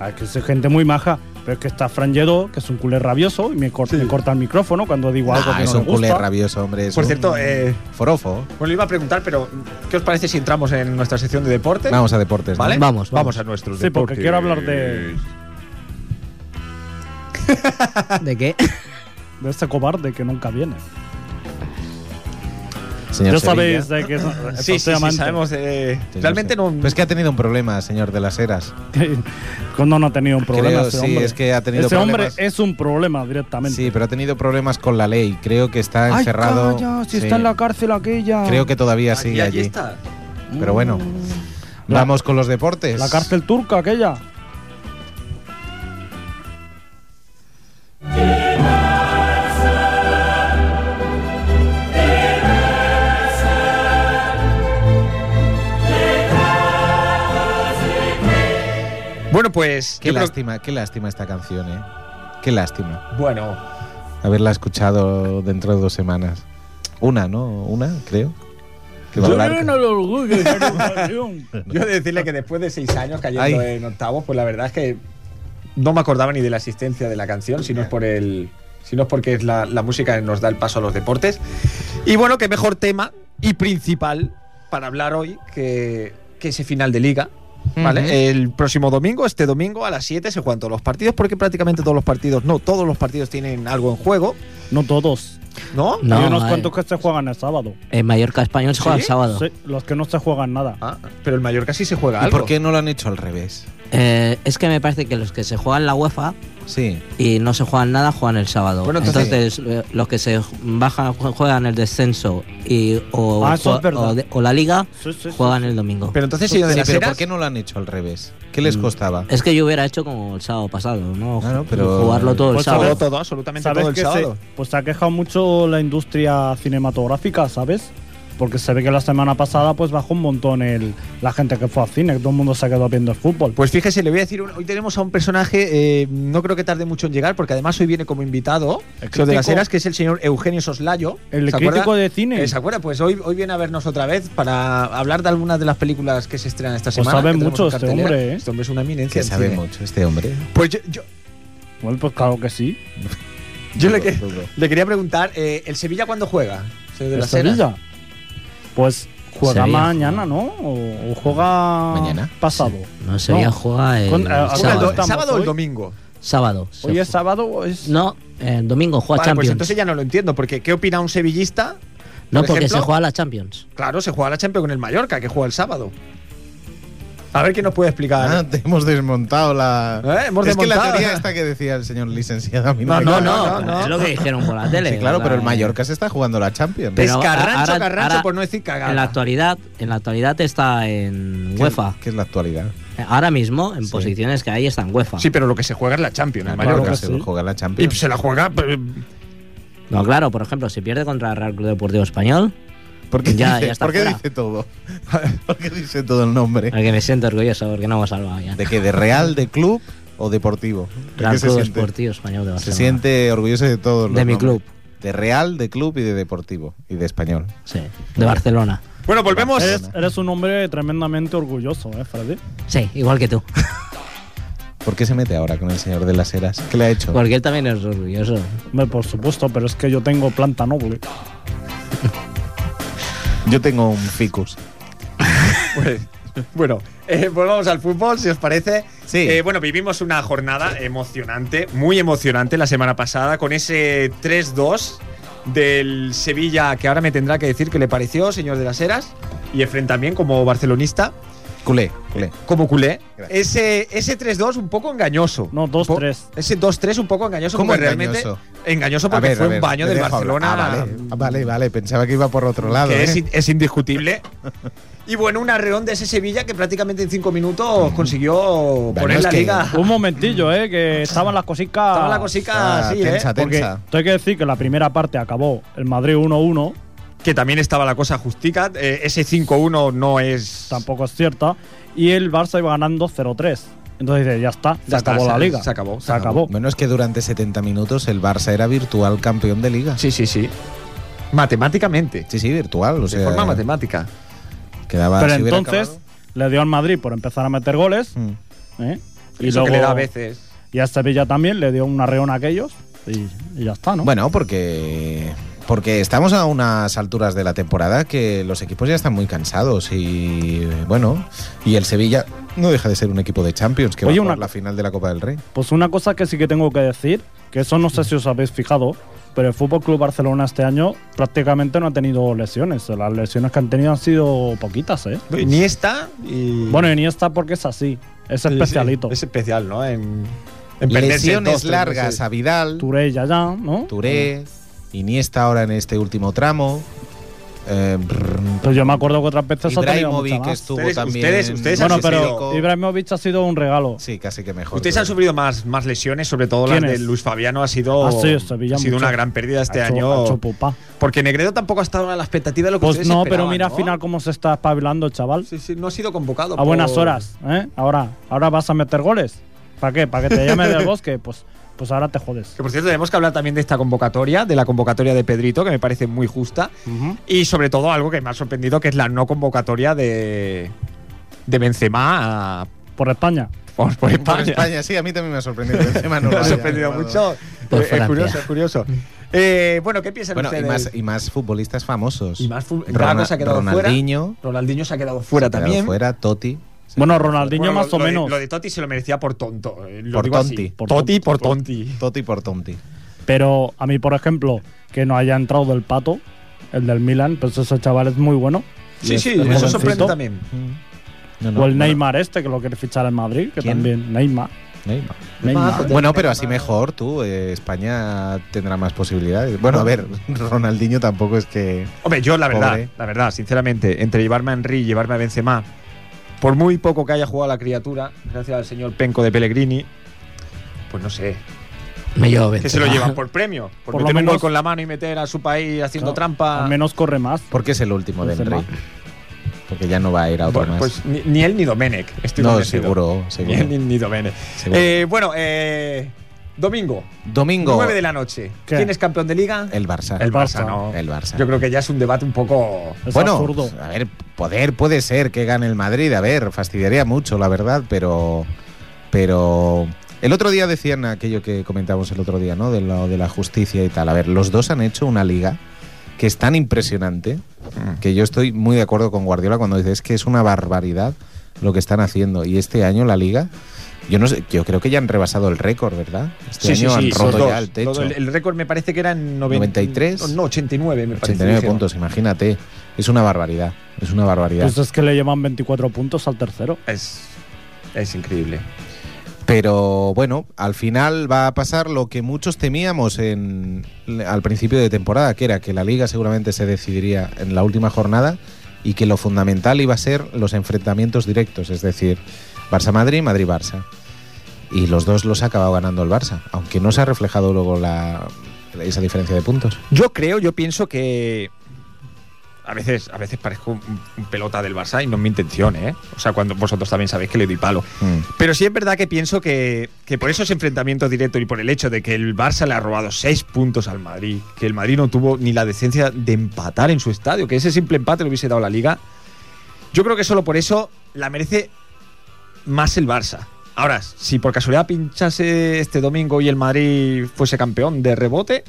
a que soy gente muy maja, pero es que está Fran Lledó, que es un culé rabioso, y me, cor- me corta el micrófono cuando digo algo Nah, que es no un me gusta. culé rabioso, hombre. Es Por un cierto, eh, Forofo. bueno, le iba a preguntar, pero ¿qué os parece si entramos en nuestra sección de deporte? Vamos a deportes. ¿no? ¿Vale? Vamos Vamos, vamos. a nuestros Sí, porque deportes. quiero hablar de, ¿De qué? de este cobarde que nunca viene. Señor ya Sevilla. sabéis de que. Sí, sí, sí, efectivamente, sabemos de... Señor Realmente Sevilla. no... Pues es que ha tenido un problema, señor de las Heras. que- Cuando no ha tenido un problema Creo, ese sí, hombre. es que ha tenido ese problemas. hombre es un problema directamente. Sí, pero ha tenido problemas con la ley. Creo que está Ay, encerrado. calla, si Sí. está en la cárcel aquella. Creo que todavía sigue allí. está. Pero bueno, La- vamos con los deportes. Mm. La cárcel turca aquella. Bueno, pues... Qué yo creo- lástima, qué lástima esta canción, ¿eh? Qué lástima. Bueno, Haberla escuchado dentro de dos semanas. Una, ¿no? Una, creo. Que va a hablar- el orgullo y la educación. yo he de decirle que después de seis años cayendo Ay. en octavos, pues la verdad es que no me acordaba ni de la existencia de la canción, si no es por el... Si no es porque es la, la música que nos da el paso a los deportes. Y bueno, qué mejor tema y principal para hablar hoy que, que ese final de liga. ¿Vale? Ujú. El próximo domingo, este domingo a las 7 se juegan todos los partidos, porque prácticamente todos los partidos, no, todos los partidos tienen algo en juego, No todos. ¿no? No, Hay unos eh. cuantos que se juegan el sábado. En Mallorca Español se juega ¿Sí? el sábado. Sí, los que no se juegan nada. Ah, pero el Mallorca sí se juega ¿Y algo. por qué no lo han hecho al revés? Eh, es que me parece que los que se juegan la UEFA Sí. y no se juegan nada juegan el sábado. Bueno, entonces- entonces, eh, los que se bajan jue- juegan el descenso y o, Ah, eso jue- es verdad. o de- o la liga Sí, sí, sí. juegan el domingo. Pero entonces, señor de Sí, las pero Heras, Mm. ¿por qué no lo han hecho al revés? ¿Qué les costaba? Es que yo hubiera hecho como el sábado pasado, ¿no? Claro, pero- Jugarlo todo el Pues, sábado. todo, ¿sabes? todo, absolutamente ¿Sabes todo el que se- sábado. pues se ha quejado mucho la industria cinematográfica, ¿sabes? Porque se ve que la semana pasada pues bajó un montón el, la gente que fue al cine, que todo el mundo se quedó viendo el fútbol. Pues fíjese, le voy a decir, un- hoy tenemos a un personaje, eh, no creo que tarde mucho en llegar, porque además hoy viene como invitado, El lo de las crítico. eras, que es el señor Eugenio Soslayo. El ¿Se crítico acuerda? de cine. Eh, ¿Se acuerda? Pues hoy, hoy viene a vernos otra vez para hablar de algunas de las películas que se estrenan esta semana. Pues sabe que tenemos mucho en este cartelera. hombre, ¿eh? Este hombre es una eminencia. Que en sabe cine. mucho este hombre. Pues yo, yo, Bueno, pues claro que sí. yo le, que- le quería preguntar, eh, ¿el Sevilla cuándo juega? Señor de ¿El las Heras. Sevilla? Pues juega Sevilla. mañana, ¿no? O, o juega Mañana. pasado. No, Sevilla No. juega el Con- eh, ¿Juega el do- sábado. el sábado o el hoy. domingo? Sábado. se Hoy juega. es sábado o es... No, el domingo juega Vale, pues Champions. entonces ya no lo entiendo, porque ¿qué opina un sevillista? no, por porque se ejemplo- juega la Champions. Claro, se juega la Champions con el Mallorca, que juega el sábado. A ver quién nos puede Ah, explicar. te hemos desmontado la. Eh, hemos es que la desmontado. teoría esta que decía el señor licenciado a mí No, me no, No, cuadra. no, no, no. es lo que dijeron por la tele. Sí, claro, o pero el sea, Mallorca se está jugando la Champions. Pero es carrancho, ahora- carrancho, ahora- por no decir En la cagada. actualidad, en la actualidad está en Que- UEFA. Que es la actualidad. Ahora mismo, en posiciones que hay, está en UEFA. Sí, pero lo que se juega es la Champions, el El Claro Mallorca. Mallorca se que sí. juega la Y Champions. se la juega. eh, No, claro, por ejemplo, si pierde contra el Real Club Deportivo Español, ¿Por qué, Ya- dice, ya está por qué fuera. dice todo? ¿Por qué dice todo el nombre? al que me siento orgulloso porque no hemos salvado ya. ¿De qué? ¿De Real, de club o deportivo? ¿De Real qué se Club siente? Deportivo Español de Se Barcelona. siente orgulloso de todos los De mi nombres. club. De Real, de club y de deportivo. Y de español. Sí, de Barcelona. Bueno, volvemos. Eres, eres un hombre tremendamente orgulloso, ¿eh, Freddy? Sí, igual que tú. ¿Por qué se mete ahora con el señor de las eras? ¿Qué le ha hecho? Porque él también es orgulloso. Hombre, por supuesto, pero es que yo tengo planta noble. Yo tengo un ficus. Pues, bueno, eh, volvamos al fútbol, si os parece. Sí. Eh, bueno, vivimos una jornada emocionante, muy emocionante la semana pasada, con ese 3-2 del Sevilla, que ahora me tendrá que decir qué le pareció, señor de las Heras, y Efren también como barcelonista, Culé, culé. como culé. Gracias. Ese, ese 3-2 un poco engañoso. No, 2-3. Un po- Ese 2-3 un poco engañoso, ¿Cómo como realmente engañoso? engañoso porque fue un baño te del dejo hablar. Barcelona. Ah, vale. Ah, vale, vale, pensaba que iba por otro lado. que es, ¿eh? in- es indiscutible. Y bueno, una reón de ese Sevilla que prácticamente en cinco minutos consiguió poner es la que- liga. Un momentillo, ¿eh? Que estaban las cositas... Estaba la cosica Ah, así, ¿eh? tensa, Porque tensa. tengo que decir que la primera parte acabó el Madrid 1-1, Que también estaba la cosa justica. eh, ese 5-1 no es. tampoco es cierta, y el Barça iba ganando 0-3. Entonces dice, ya está, se Ya está, acabó se- la liga. se acabó, se Se acabó. Bueno, es que durante 70 minutos el Barça era virtual campeón de liga. Sí, sí, sí. Matemáticamente. Sí, sí, virtual. O sea, de forma matemática. Ah, quedaba Pero si hubiera entonces acabado. le dio al Madrid por empezar a meter goles. Mm. ¿eh? Y Eso que le da a veces. y a Sevilla también le dio una reón a aquellos. Y, y ya está, ¿no? Bueno, porque. Porque estamos a unas alturas de la temporada que los equipos ya están muy cansados y bueno, y el Sevilla no deja de ser un equipo de Champions que Oye, va a jugar una- la final de la Copa del Rey. Pues una cosa que sí que tengo que decir, que eso no sé si os habéis fijado, pero el Fútbol Club Barcelona este año prácticamente no ha tenido lesiones. Las lesiones que han tenido han sido poquitas, ¿eh? Ni esta. Y... Bueno, y ni está porque es así. Es Sí, sí, especialito. Es especial, ¿no? En, en perderse Lesiones dos, tres largas veces. a Vidal, Touré y Yaya, ¿no? Touré, Mm. Iniesta ahora en este último tramo. Eh, brr, Pues yo me acuerdo que otras veces ha tenido mucha Ibrahimovic que más. estuvo Ustedes- también. ustedes- ustedes han Bueno, sufrido- pero Ibrahimovic ha sido un regalo. Sí, casi que mejor. Ustedes han pero- sufrido más, más lesiones, sobre todo las ¿Quiénes? de Luis Fabiano. Ha sido, Ah, sí, Sevilla ha sido mucho. una gran pérdida este Ha hecho- año. ha hecho pupa. Porque Negredo tampoco ha estado a la expectativa de lo que Pues ustedes no, pero esperaban, mira ¿no? al final cómo se está espabilando el chaval. Sí, sí, no ha sido convocado. A buenas por- horas, ¿eh? Ahora, ahora vas a meter goles. ¿Para qué? ¿Para que te llame del bosque? Pues, pues ahora te jodes. Que por cierto, tenemos que hablar también de esta convocatoria, de la convocatoria de Pedrito, que me parece muy justa. Ujú. Y sobre todo algo que me ha sorprendido, que es la no convocatoria de, de Benzema a- Por España. por, por Por España. España, sí, a mí también me ha sorprendido. Encima no me ha vaya, sorprendido no, no. mucho. Por Eh, es Francia. curioso, es curioso. Eh, bueno, ¿qué piensan Bueno, y ustedes? más, y más futbolistas famosos. Y más fu- Rona- Gago se ha quedado Ronaldinho, fuera. Ronaldinho se ha quedado fuera se ha quedado también. fuera, Totti. Bueno, Ronaldinho Bueno, lo- más o lo de- menos. lo de Totti se lo merecía por tonto. eh, Lo Por digo así. tonti. Por Totti por tonti. Totti por Tonti. Pero a mí, por ejemplo, que no haya entrado el pato, el del Milan, pues ese chaval es muy bueno. Sí, sí, el eso jovencito. sorprende también. o el Neymar este, que lo quiere fichar en Madrid, que ¿Quién? también. Neymar. Neymar. Neymar. Ah, Bueno, pero así mejor tú. eh, España tendrá más posibilidades. Bueno, a ver, Ronaldinho tampoco es que. Hombre, yo la verdad, Pobre. la verdad, sinceramente, entre llevarme a Henry y llevarme a Benzema, por muy poco que haya jugado la criatura, gracias al señor Penco de Pellegrini, pues no sé. Me llevo 20. Que se lo va. llevan por premio. Por, Por lo meter un gol menos- con la mano y meter a su país haciendo Ah. No, trampa. Al menos corre más. Porque es el último de Benzema. Enrique. Porque ya Ah, no va a ir a otro Bueno, más. pues ni, ni él ni Domenech. Estoy no, convencido. seguro, Ni seguro. él ni, ni Domenech. Seguro. Eh, bueno, eh, domingo, Domingo, 9 de la noche. ¿Qué? ¿Quién es campeón de liga? el Barça. El Barça, Barça. no. El Barça. Yo creo que ya es un debate un poco. Es bueno, absurdo. a ver, poder puede ser que gane el Madrid, a ver, fastidiaría mucho, la verdad, pero pero el otro día decían aquello que comentamos el otro día, ¿no? De lo de la justicia y tal. A ver, los dos han hecho una liga que es tan impresionante que yo estoy muy de acuerdo con Guardiola cuando dice es que es una barbaridad lo que están haciendo y este año la liga yo no sé, yo creo que ya han rebasado el récord, ¿verdad? Este año han los roto dos. ya el techo. Todo El, el récord me parece que era en 93. No, 89, me parece. 89 dijeron. puntos, imagínate. Es una barbaridad. Es una barbaridad. Pues es que le llevan 24 puntos al tercero. Es, es increíble. Pero bueno, al final va a pasar lo que muchos temíamos en, al principio de temporada, que era que la liga seguramente se decidiría en la última jornada y que lo fundamental iba a ser los enfrentamientos directos, es decir, Barça-Madrid, Madrid-Barça. Y los dos los ha acabado ganando el Barça, aunque no se ha reflejado luego la, esa diferencia de puntos. Yo creo, yo pienso que. A veces, a veces parezco un, un pelota del Barça y no es mi intención, ¿eh? O sea, cuando vosotros también sabéis que le doy palo. Pero sí es verdad que pienso que, que por esos enfrentamientos directos y por el hecho de que el Barça le ha robado seis puntos al Madrid, que el Madrid no tuvo ni la decencia de empatar en su estadio, que ese simple empate le hubiese dado la liga, yo creo que solo por eso la merece más el Barça. Ahora, si por casualidad pinchase este domingo y el Madrid fuese campeón de rebote,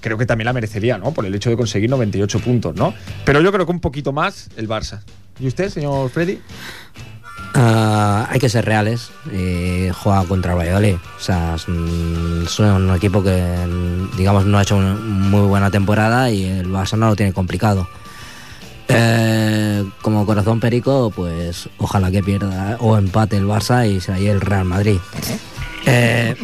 creo que también la merecería, ¿no? Por el hecho de conseguir 98 puntos, ¿no? Pero yo creo que un poquito más el Barça. ¿Y usted, señor Freddy? Ah, hay que ser reales. Eh, juega contra el Valladolid. O sea, es un, es un equipo que, digamos, no ha hecho una muy buena temporada y el Barça no lo tiene complicado. Eh, como corazón perico, pues ojalá que pierda o empate el Barça y se la lleve el Real Madrid. Eh,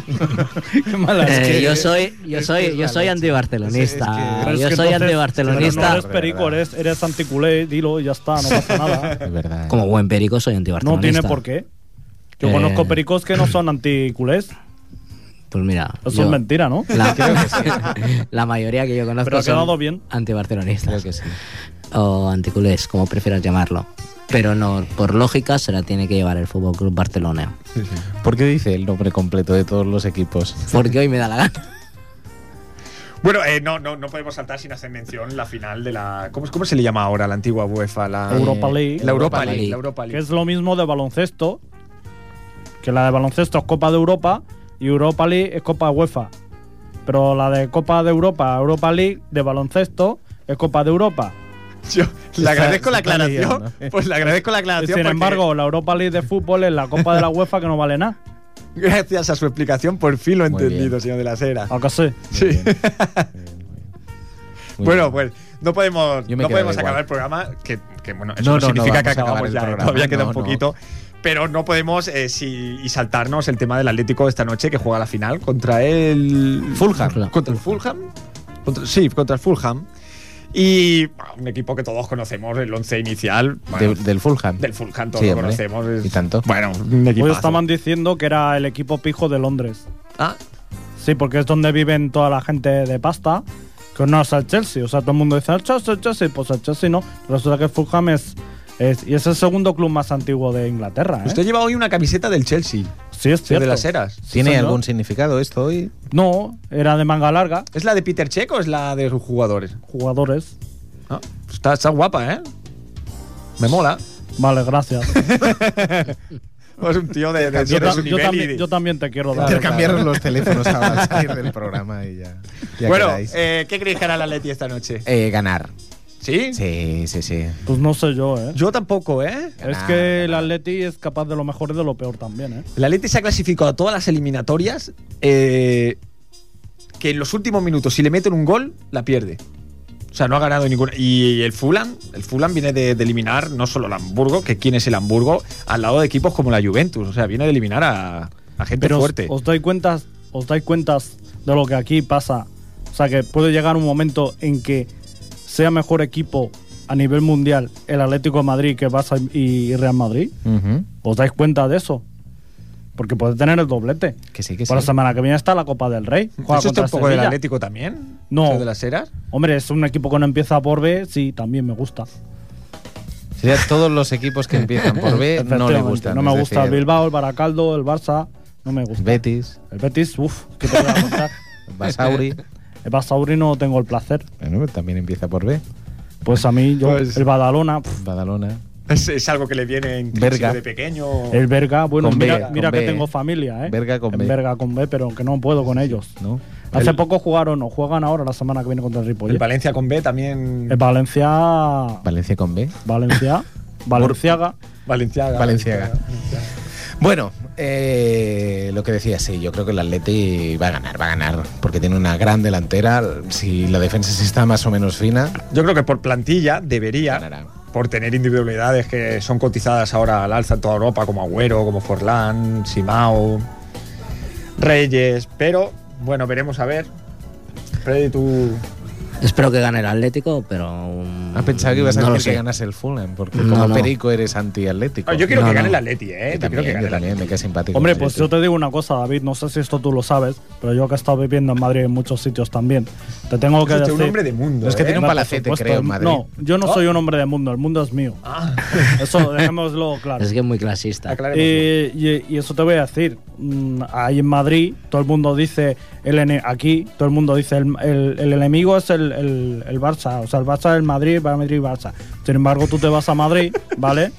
eh, yo soy, yo soy, yo soy antibarcelonista. Pero Ah, es Yo que soy entonces- pero No antibarcelonista. eres perico, eres, eres anticulé, dilo, y ya está, no pasa nada. Es verdad. ¿eh? Como buen perico soy No antibarcelonista. tiene por qué. Yo Eh. conozco pericos que no son anticulés. Pues mira, Eso es yo- mentira, ¿no? La, la mayoría que yo conozco Pero ha son quedado bien. antibarcelonistas. O anticulés, como prefieras llamarlo. Pero no, por lógica se la tiene que llevar el Fútbol Club Barcelona. ¿Por qué dice el nombre completo de todos los equipos? Porque hoy me da la gana. Bueno, eh, no, no, no podemos saltar sin hacer mención la final de la. ¿Cómo, cómo se le llama ahora la antigua UEFA? La eh, Europa League. La Europa League. League. La Europa Que League. es lo mismo de baloncesto. Que la de baloncesto es Copa de Europa y Europa League es Copa UEFA. Pero la de Copa de Europa, Europa League de baloncesto es Copa de Europa. Yo le agradezco la está aclaración. liando. Pues le agradezco la Y, aclaración. sin porque- embargo, la Europa League de fútbol es la Copa de la UEFA que no vale nada. gracias a su explicación, por fin lo he Muy entendido, bien. señor de la Sera. ¿A qué sí? Sí. Muy bueno, bien. pues no podemos, Yo me no quedo podemos igual. acabar el programa, que, que, bueno, eso No, no, no, no significa que vamos a acabar acabamos el ya, programa, todavía queda no, un no. poquito. Pero no podemos eh, si- y saltarnos el tema del Atlético esta noche que juega la final contra el Fulham. Contra el Fulham. Contra- sí, contra el Fulham. Y bah, un equipo que todos conocemos, el once inicial. bueno, De- del Fulham. del Fulham todos Sí, lo hombre. conocemos. es- Y tanto. Bueno, un Hoy equipazo. estaban diciendo que era el equipo pijo de Londres. Ah, Sí, porque es donde viven toda la gente de pasta. Que no es el Chelsea. O sea, todo el mundo dice, el Chelsea, el Chelsea. Pues el Chelsea no. Resulta que el Fulham es, es- Y es el segundo club más antiguo de Inglaterra. ¿eh? usted lleva hoy una camiseta del Chelsea, Sí, es de cierto. las Heras. ¿Tiene señor. algún significado esto hoy? No, era de manga larga. ¿Es la de Peter Checo o es la de sus jugadores? Jugadores. Ah, está, está guapa, ¿eh? Me mola. Vale, gracias. Es un tío de, de- yo, de ta- su yo nivel y también, de- yo también te quiero dar. Intercambiaron los teléfonos al salir del programa y ya. ya Bueno, quedáis. eh, ¿qué creéis que hará la Leti esta noche? Eh, ganar. ¿Sí? Sí, sí, sí. Pues no sé yo, ¿eh? Yo tampoco, ¿eh? es Ganar, que el ganar. Atleti es capaz de lo mejor y de lo peor también, ¿eh? La Leti se ha clasificado a todas las eliminatorias eh, que en los últimos minutos, si le meten un gol, la pierde. O sea, no ha ganado ninguna. Y el Fulham, el Fulham viene de, de eliminar no solo el Hamburgo, que quién es el Hamburgo, al lado de equipos como la Juventus. O sea, viene de eliminar a, a gente Pero os, fuerte. os dais cuentas, os dais cuentas de lo que aquí pasa. O sea que puede llegar un momento en que sea mejor equipo a nivel mundial el Atlético de Madrid que Barça y y Real Madrid. Ujú. ¿Os dais cuenta de eso? porque puede tener el doblete. Que sí, que sí. Por la semana que viene está la Copa del Rey. Juega ¿Eso está contra un poco del Sevilla. Atlético también? No. ¿Eso ¿De las eras? Hombre, es un equipo que no empieza por B, sí, también me gusta. Sería todos los equipos que empiezan por B Eh, no le Efectivamente, gustan. No me es gusta el decir, Bilbao, el Baracaldo, el Barça, no me gusta. Betis, El Betis, uff, ¿qué te voy a contar? Basauri. El Basauri no tengo el placer. Bueno, también empieza por B. Pues a mí, yo, Pues- el Badalona, pf, Badalona. ¿Es, es algo que le viene Verga. intrínseco de pequeño? el Berga, bueno, Con B, mira, con mira que B, tengo eh. familia, ¿eh? Berga con En B. Berga con B, pero que no puedo con ellos. ¿no? Hace El poco jugaron o juegan ahora la semana que viene contra el ¿El Ripollet. Valencia con B también? El Valencia. Valencia con B. Valencia. Valenciaga. Valenciaga. Valenciaga. Bueno, eh, lo que decía, sí, yo creo que el Atleti va a ganar, va a ganar, porque tiene una gran delantera. Si la defensa sí está más o menos fina, Yo creo que por plantilla debería, ganará. por tener individualidades que son cotizadas ahora al alza en toda Europa, como Agüero, como Forlán, Simao, Reyes, pero bueno, veremos a ver. Freddy, tú. Espero que gane el Atlético, pero. mm, Ha pensado Ah, que ibas a no lo decir sé. que ganas el Fulham, porque No, como no. perico eres anti-atlético. Ah, yo quiero No, que gane no. el Atleti, ¿eh? Yo Yo quiero también, que yo gane el también, Atleti. me queda simpático. Hombre, el pues yo Atleti. te digo una cosa, David, no sé si esto tú lo sabes, pero yo que he estado viviendo en Madrid en muchos sitios también, te tengo que Es decir... un hombre de mundo. No, es que ¿eh? tiene un No, por palacete, supuesto, creo, en Madrid. No, yo no soy un hombre del mundo, el mundo es mío. Ah, Eso, dejémoslo claro. Es que es muy clasista. aclaremos. Eh, y, y eso te voy a decir. Mm, Ahí en Madrid, todo el mundo dice, el ene- aquí, todo el mundo dice, el, el- el enemigo es el, el- el Barça. O sea, el Barça es el Madrid, va Madrid y Barça. Sin embargo, tú te vas a Madrid, ¿vale?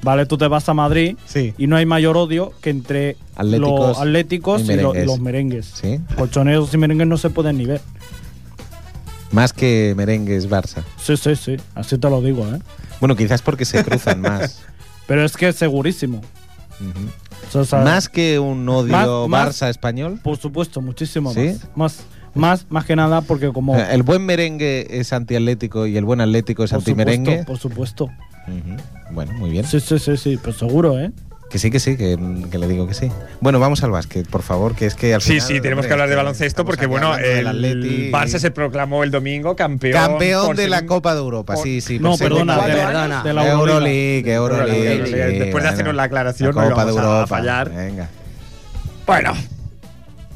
¿Vale? Tú te vas a Madrid Sí. y no hay mayor odio que entre Atléticos los atléticos y y, lo- y merengues. los merengues. Sí. Colchoneros y merengues no se pueden ni ver. Más que merengues Barça. Sí, sí, sí. Así te lo digo, ¿eh? Bueno, quizás porque se cruzan más. Pero es que es segurísimo. Ujú. O sea, más que un odio Más- más- Barça español. Por supuesto, muchísimo ¿Sí? más. Más, más, más que nada porque como... Eh, El buen merengue es antiatlético y el buen atlético es por Pues antimerengue. supuesto, Por supuesto. Ujú. Bueno, muy bien. Sí, sí, sí, sí, pero seguro, ¿eh? Que sí, que sí, que, que le digo que sí. Bueno, vamos al básquet, por favor, que es que al Sí, final, sí, tenemos hombre, que hablar de es baloncesto estamos porque, aquí bueno, hablando del el Atleti. Barça se proclamó el domingo campeón. campeón por de la segun- Copa de Europa. por- Sí, pues sí. No, por segundo- perdona, de Cuatro verdad, años. de la Euroleague, Euroleague. Euroleague, Euroleague. Después de sí, hacernos bueno. la aclaración, La no Copa de íbamos a Europa. fallar. Venga. Bueno.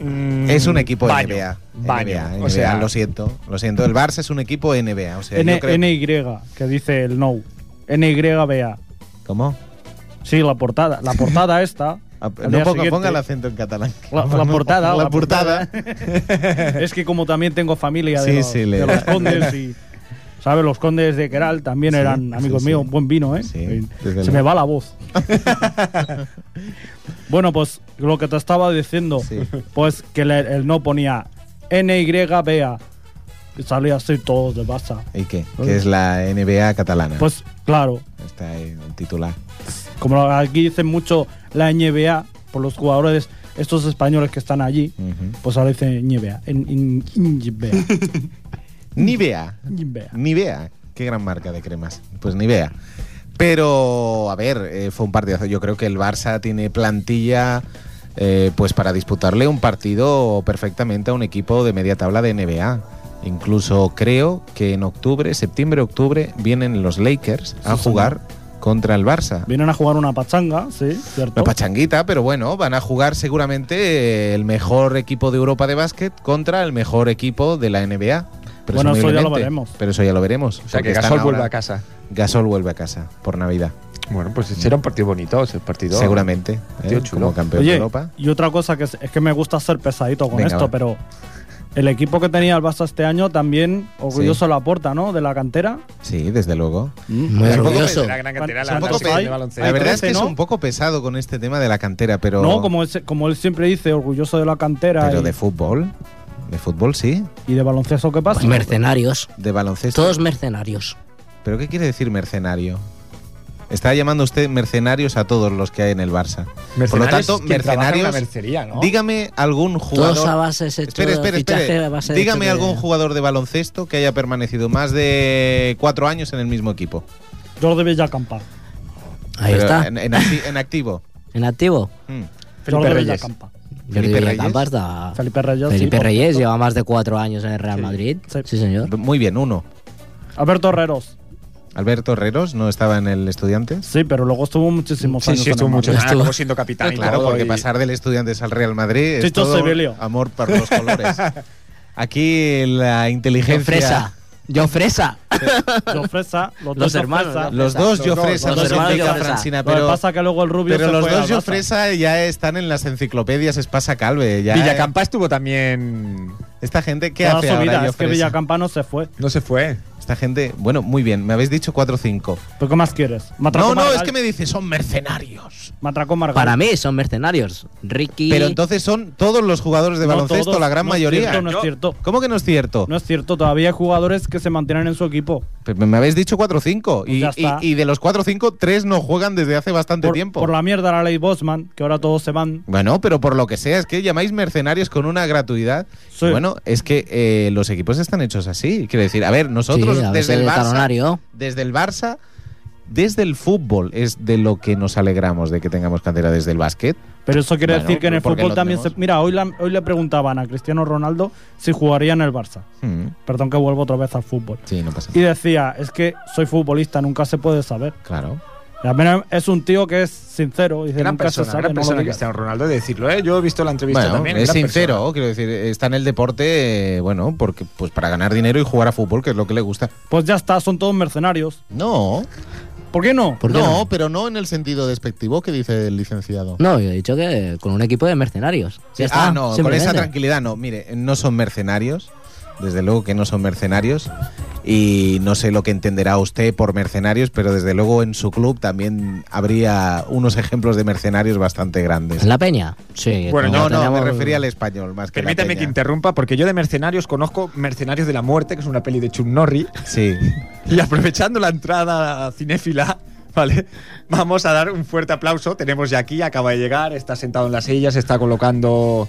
Mm, Es un equipo baño, NBA. Baño. NBA, o sea, lo siento, lo siento. El Barça es un equipo NBA. O sea, yo N- creo- NY, que dice el no. NYBA. ¿Cómo? Sí, la portada. La portada esta. Ah, al No ponga, día ponga siguiente, el acento en catalán. La- la portada, La, la portada. Es que como también tengo familia de, Sí, los, sí, le- de los condes y... ¿Sabes? Los condes de Queral también Sí, eran amigos sí, míos. sí. Buen vino, ¿eh? Sí, Eh, desde Se luego. me va la voz. bueno, pues lo que te estaba diciendo. Sí. Pues que le- el no ponía NYBA. Y salía así todos de Barça. ¿Y qué? Que es la NBA catalana. Pues claro, Está ahí el titular. como aquí dicen mucho la NBA por los jugadores, estos españoles que están allí, Ujú. pues ahora dicen NBA. En, en- en- NBA, Nivea. NBA. Nivea. Qué gran marca de cremas. Pues Nivea. Pero, a ver, eh, fue un partidazo. Yo creo que el Barça tiene plantilla eh, pues para disputarle un partido perfectamente a un equipo de media tabla de NBA. Incluso creo que en octubre, septiembre, octubre, vienen los Lakers a Sí, jugar contra el Barça. Vienen a jugar una pachanga, sí, cierto. Una pachanguita, pero bueno, van a jugar seguramente eh, el mejor equipo de Europa de básquet contra el mejor equipo de la NBA. Bueno, eso ya lo presumiblemente. veremos. Pero eso ya lo veremos. O sea, que porque están Gasol vuelve ahora- a casa. Gasol vuelve a casa por Navidad, Bueno, pues será un partido bonito, ese partido. seguramente. Tío, ¿eh? chulo. Como campeón de Oye, Europa. y otra cosa que es, es que me gusta ser pesadito con Venga, esto, va. pero el equipo que tenía el Barça este año también orgulloso la porta, ¿no? De la cantera. Sí, desde luego. Muy Es un poco orgulloso. de La gran cantera, la Son la poco sección pe- de baloncesto. La hay verdad es que trece, es ¿no? un poco pesado con este tema de la cantera, pero, No, como él, se- como él siempre dice, orgulloso de la cantera pero y, de fútbol. De fútbol, sí. y de baloncesto, ¿qué Pues pasa? Pues mercenarios. De baloncesto. Todos mercenarios. ¿Pero qué quiere decir mercenario? Está llamando usted mercenarios a todos los que hay en el Barça. Por lo Mercenarios tanto, es quien trabaja en una mercenarios. mercería, ¿no? Dígame algún jugador. Todos a bases hechos Espere, espere, fichaje espere. a base Dígame hecho de- algún jugador de baloncesto que haya permanecido más de cuatro años en el mismo equipo. Jordi Villacampa. Ahí Pero está. En, En, en acti- en activo. activo. Mm. Felipe Jordi Reyes. Villacampa. Felipe Jordi Reyes. Villacampa Ah. está- Felipe Reyes. sí, Felipe por Reyes supuesto. lleva más de cuatro años en el Real Madrid. sí. Sí, señor. Muy bien, uno. Alberto Herreros. Alberto Herreros no estaba en el Estudiantes. Sí, pero luego estuvo muchísimos Sí, años. sí, en estuvo el mucho. Madrid. Ah, acabó siendo capitán. y Claro, todo, porque y- pasar del Estudiantes al Real Madrid es Chicho todo Sevilio. amor por los colores. Aquí la Yo inteligencia. fresa. Yo fresa. Los Fresa, los, Los dos hermanos, Fresa. ¿no? Los dos Los yo dos, fresa, los dos hermanos Enrica Yo Fresa. Francina, Lo que pero, pasa es que luego el Rubio pero se los fue dos al yo Barça. fresa ya están en las enciclopedias Espasa Calve. Ya Villacampa estuvo también. Esta gente, ¿qué Toda hace su ahora vida, yo es que fresa? Villacampa no se fue. No se fue. Esta gente, bueno, muy bien, me habéis dicho 4-5. ¿Pero qué más quieres? Me atracó No, no, Margal- es que me dice, son mercenarios. Me atracó Margal. Para mí son mercenarios. Ricky. Pero entonces son todos los jugadores de No baloncesto, todos, la gran no es mayoría. cierto, no es Yo- cierto. ¿Cómo que no es cierto? No es cierto, todavía hay jugadores que se mantienen en su equipo. Pero Me habéis dicho 4-5 Pues y, ya está. y- y de los 4-5, 3 no juegan desde hace bastante Por, tiempo. por la mierda la ley Bosman, que ahora todos se van. Bueno, pero por lo que sea, es que llamáis mercenarios con una gratuidad. Sí. Bueno, es que eh, los equipos están hechos así. Quiero decir, a ver, nosotros Sí, a veces desde el de Barça, talonario. desde el Barça, desde el fútbol es de lo que nos alegramos de que tengamos cantera desde el básquet. Pero eso quiere Bueno, decir que en el porque fútbol lo también se. tenemos. Mira, hoy, la- hoy le preguntaban a Cristiano Ronaldo si jugaría en el Barça. Mm, Perdón que vuelvo otra vez al fútbol. sí, no pasa Y nada. decía, es que soy futbolista, nunca se puede saber. Claro. Y al menos es un tío que es sincero, dice, Gran nunca persona, se sabe, gran no lo persona digas". Cristiano Ronaldo de decirlo, ¿eh? Yo he visto la entrevista Bueno, también. es gran sincero, persona. quiero decir, está en el deporte, eh, bueno, porque pues para ganar dinero y jugar a fútbol, que es lo que le gusta. Pues ya está, son todos mercenarios. No, ¿Por qué no? ¿Por qué no, no? pero no en el sentido despectivo que dice el licenciado. No, yo he dicho que con un equipo de mercenarios. Ya está, ah, no, con simplemente. esa tranquilidad no. Mire, no son mercenarios. Desde luego que no son mercenarios. Y no sé lo que entenderá usted por mercenarios, pero desde luego en su club también habría unos ejemplos de mercenarios bastante grandes. ¿En la peña? Sí. Bueno, como No, no, me tenemos- refería al español más que a la Permítame que peña. interrumpa, porque yo de Mercenarios conozco Mercenarios de la Muerte, que es una peli de Chuck Norris, Sí. y aprovechando la entrada cinéfila, ¿vale? Vamos a dar un fuerte aplauso. Tenemos ya aquí, acaba de llegar, está sentado en la silla, se está colocando.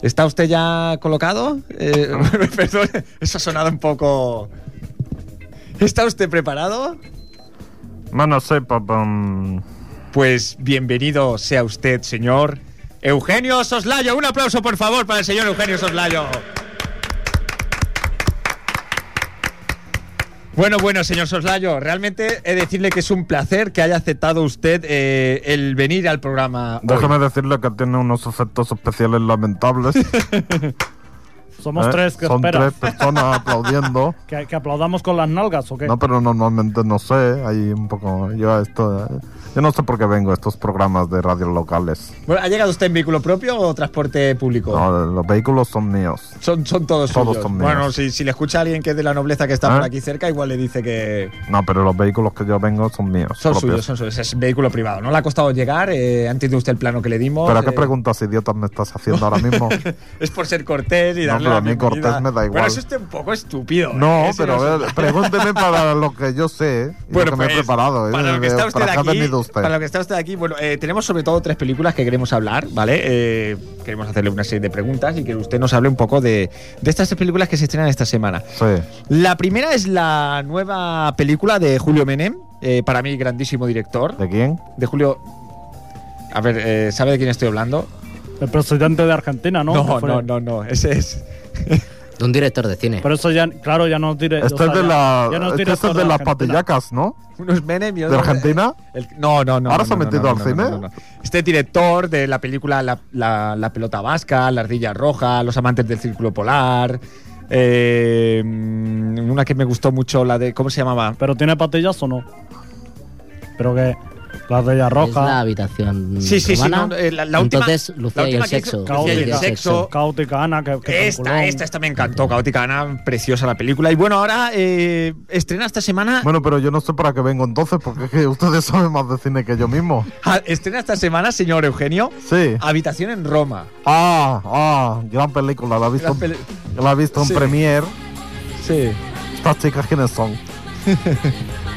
¿Está usted ya colocado? Eh, perdón, eso ha sonado un poco. ¿Está usted preparado? Mano sepa, pam. Pues bienvenido sea usted, señor Eugenio Soslayo. Un aplauso, por favor, para el señor Eugenio Soslayo. Bueno, bueno, señor Soslayo, realmente he de decirle que es un placer que haya aceptado usted eh, el venir al programa. hoy. Déjame decirle que tiene unos efectos especiales lamentables. Somos Ah, ¿eh? tres que Son esperan. tres personas aplaudiendo. ¿Que, que aplaudamos con las nalgas o qué? No, pero normalmente no sé. Hay un poco. Yo a esto. eh, Yo no sé por qué vengo a estos programas de radios locales. Bueno, ¿Ha llegado usted en vehículo propio o transporte público? No, los vehículos son míos. Son, son todos, Todos suyos. son míos. bueno, si, si le escucha a alguien que es de la nobleza que está ¿Eh? por aquí cerca, igual le dice que No, pero los vehículos que yo vengo son míos. son propios. suyos, son suyos. Es vehículo privado. No le ha costado llegar, eh, ha entendido usted el plano que le dimos. ¿Pero qué eh, preguntas idiotas me estás haciendo ahora mismo? Es por ser cortés y No, darle pero la a mí bienvenida. cortés me da igual. Bueno, es usted un poco estúpido. No, ¿eh? pero Señor a ver, pregúnteme para lo que yo sé y Bueno, lo que me he pues, preparado. ¿eh? Para lo que De- está usted ¿para qué ha aquí, venido usted? para lo que está usted aquí, bueno, eh, tenemos sobre todo tres películas que queremos hablar, ¿vale? Eh, queremos hacerle una serie de preguntas y que usted nos hable un poco de, de estas tres películas que se estrenan esta semana. Sí. La primera es la nueva película de Julio Menem, eh, para mí grandísimo director, ¿De quién? de Julio... A ver, eh, ¿sabe de quién estoy hablando? El presidente de Argentina, ¿no? no, Que fue- no, no, no, ese es... De un director de cine. Pero eso ya, claro, ya no diré. Este es de, la, este es el de las patillacas, ¿no? Unos Menem y ¿De otros- Argentina? El- no, no, no. ¿Ahora no, se ha no, metido no, al no, cine? no, no, no. Este director de la película la, La- La pelota vasca, La ardilla roja, Los amantes del círculo polar. eh, mm, una que me gustó mucho, la de. ¿Cómo se llamaba? Pero tiene patillas o no? Pero que las de ella Es la roja, habitación. Sí, sí, sí, romana. no, eh, la- la última- Entonces, Lucía la y el última que hizo- sexo. Lucía y el sexo. caótica Ana, que, que Esta, peliculón. esta, esta me encantó, Caótica Ana, preciosa la película. Y bueno, ahora eh, estrena esta semana. Bueno, pero yo no sé para qué vengo entonces, porque es que ustedes saben más de cine que yo mismo. ah, estrena esta semana, señor Eugenio, Sí. Habitación en Roma. Ah, ah, gran película. La he visto, Gran peli- la he visto en Sí. Premiere. Sí. ¿Estas chicas quiénes son?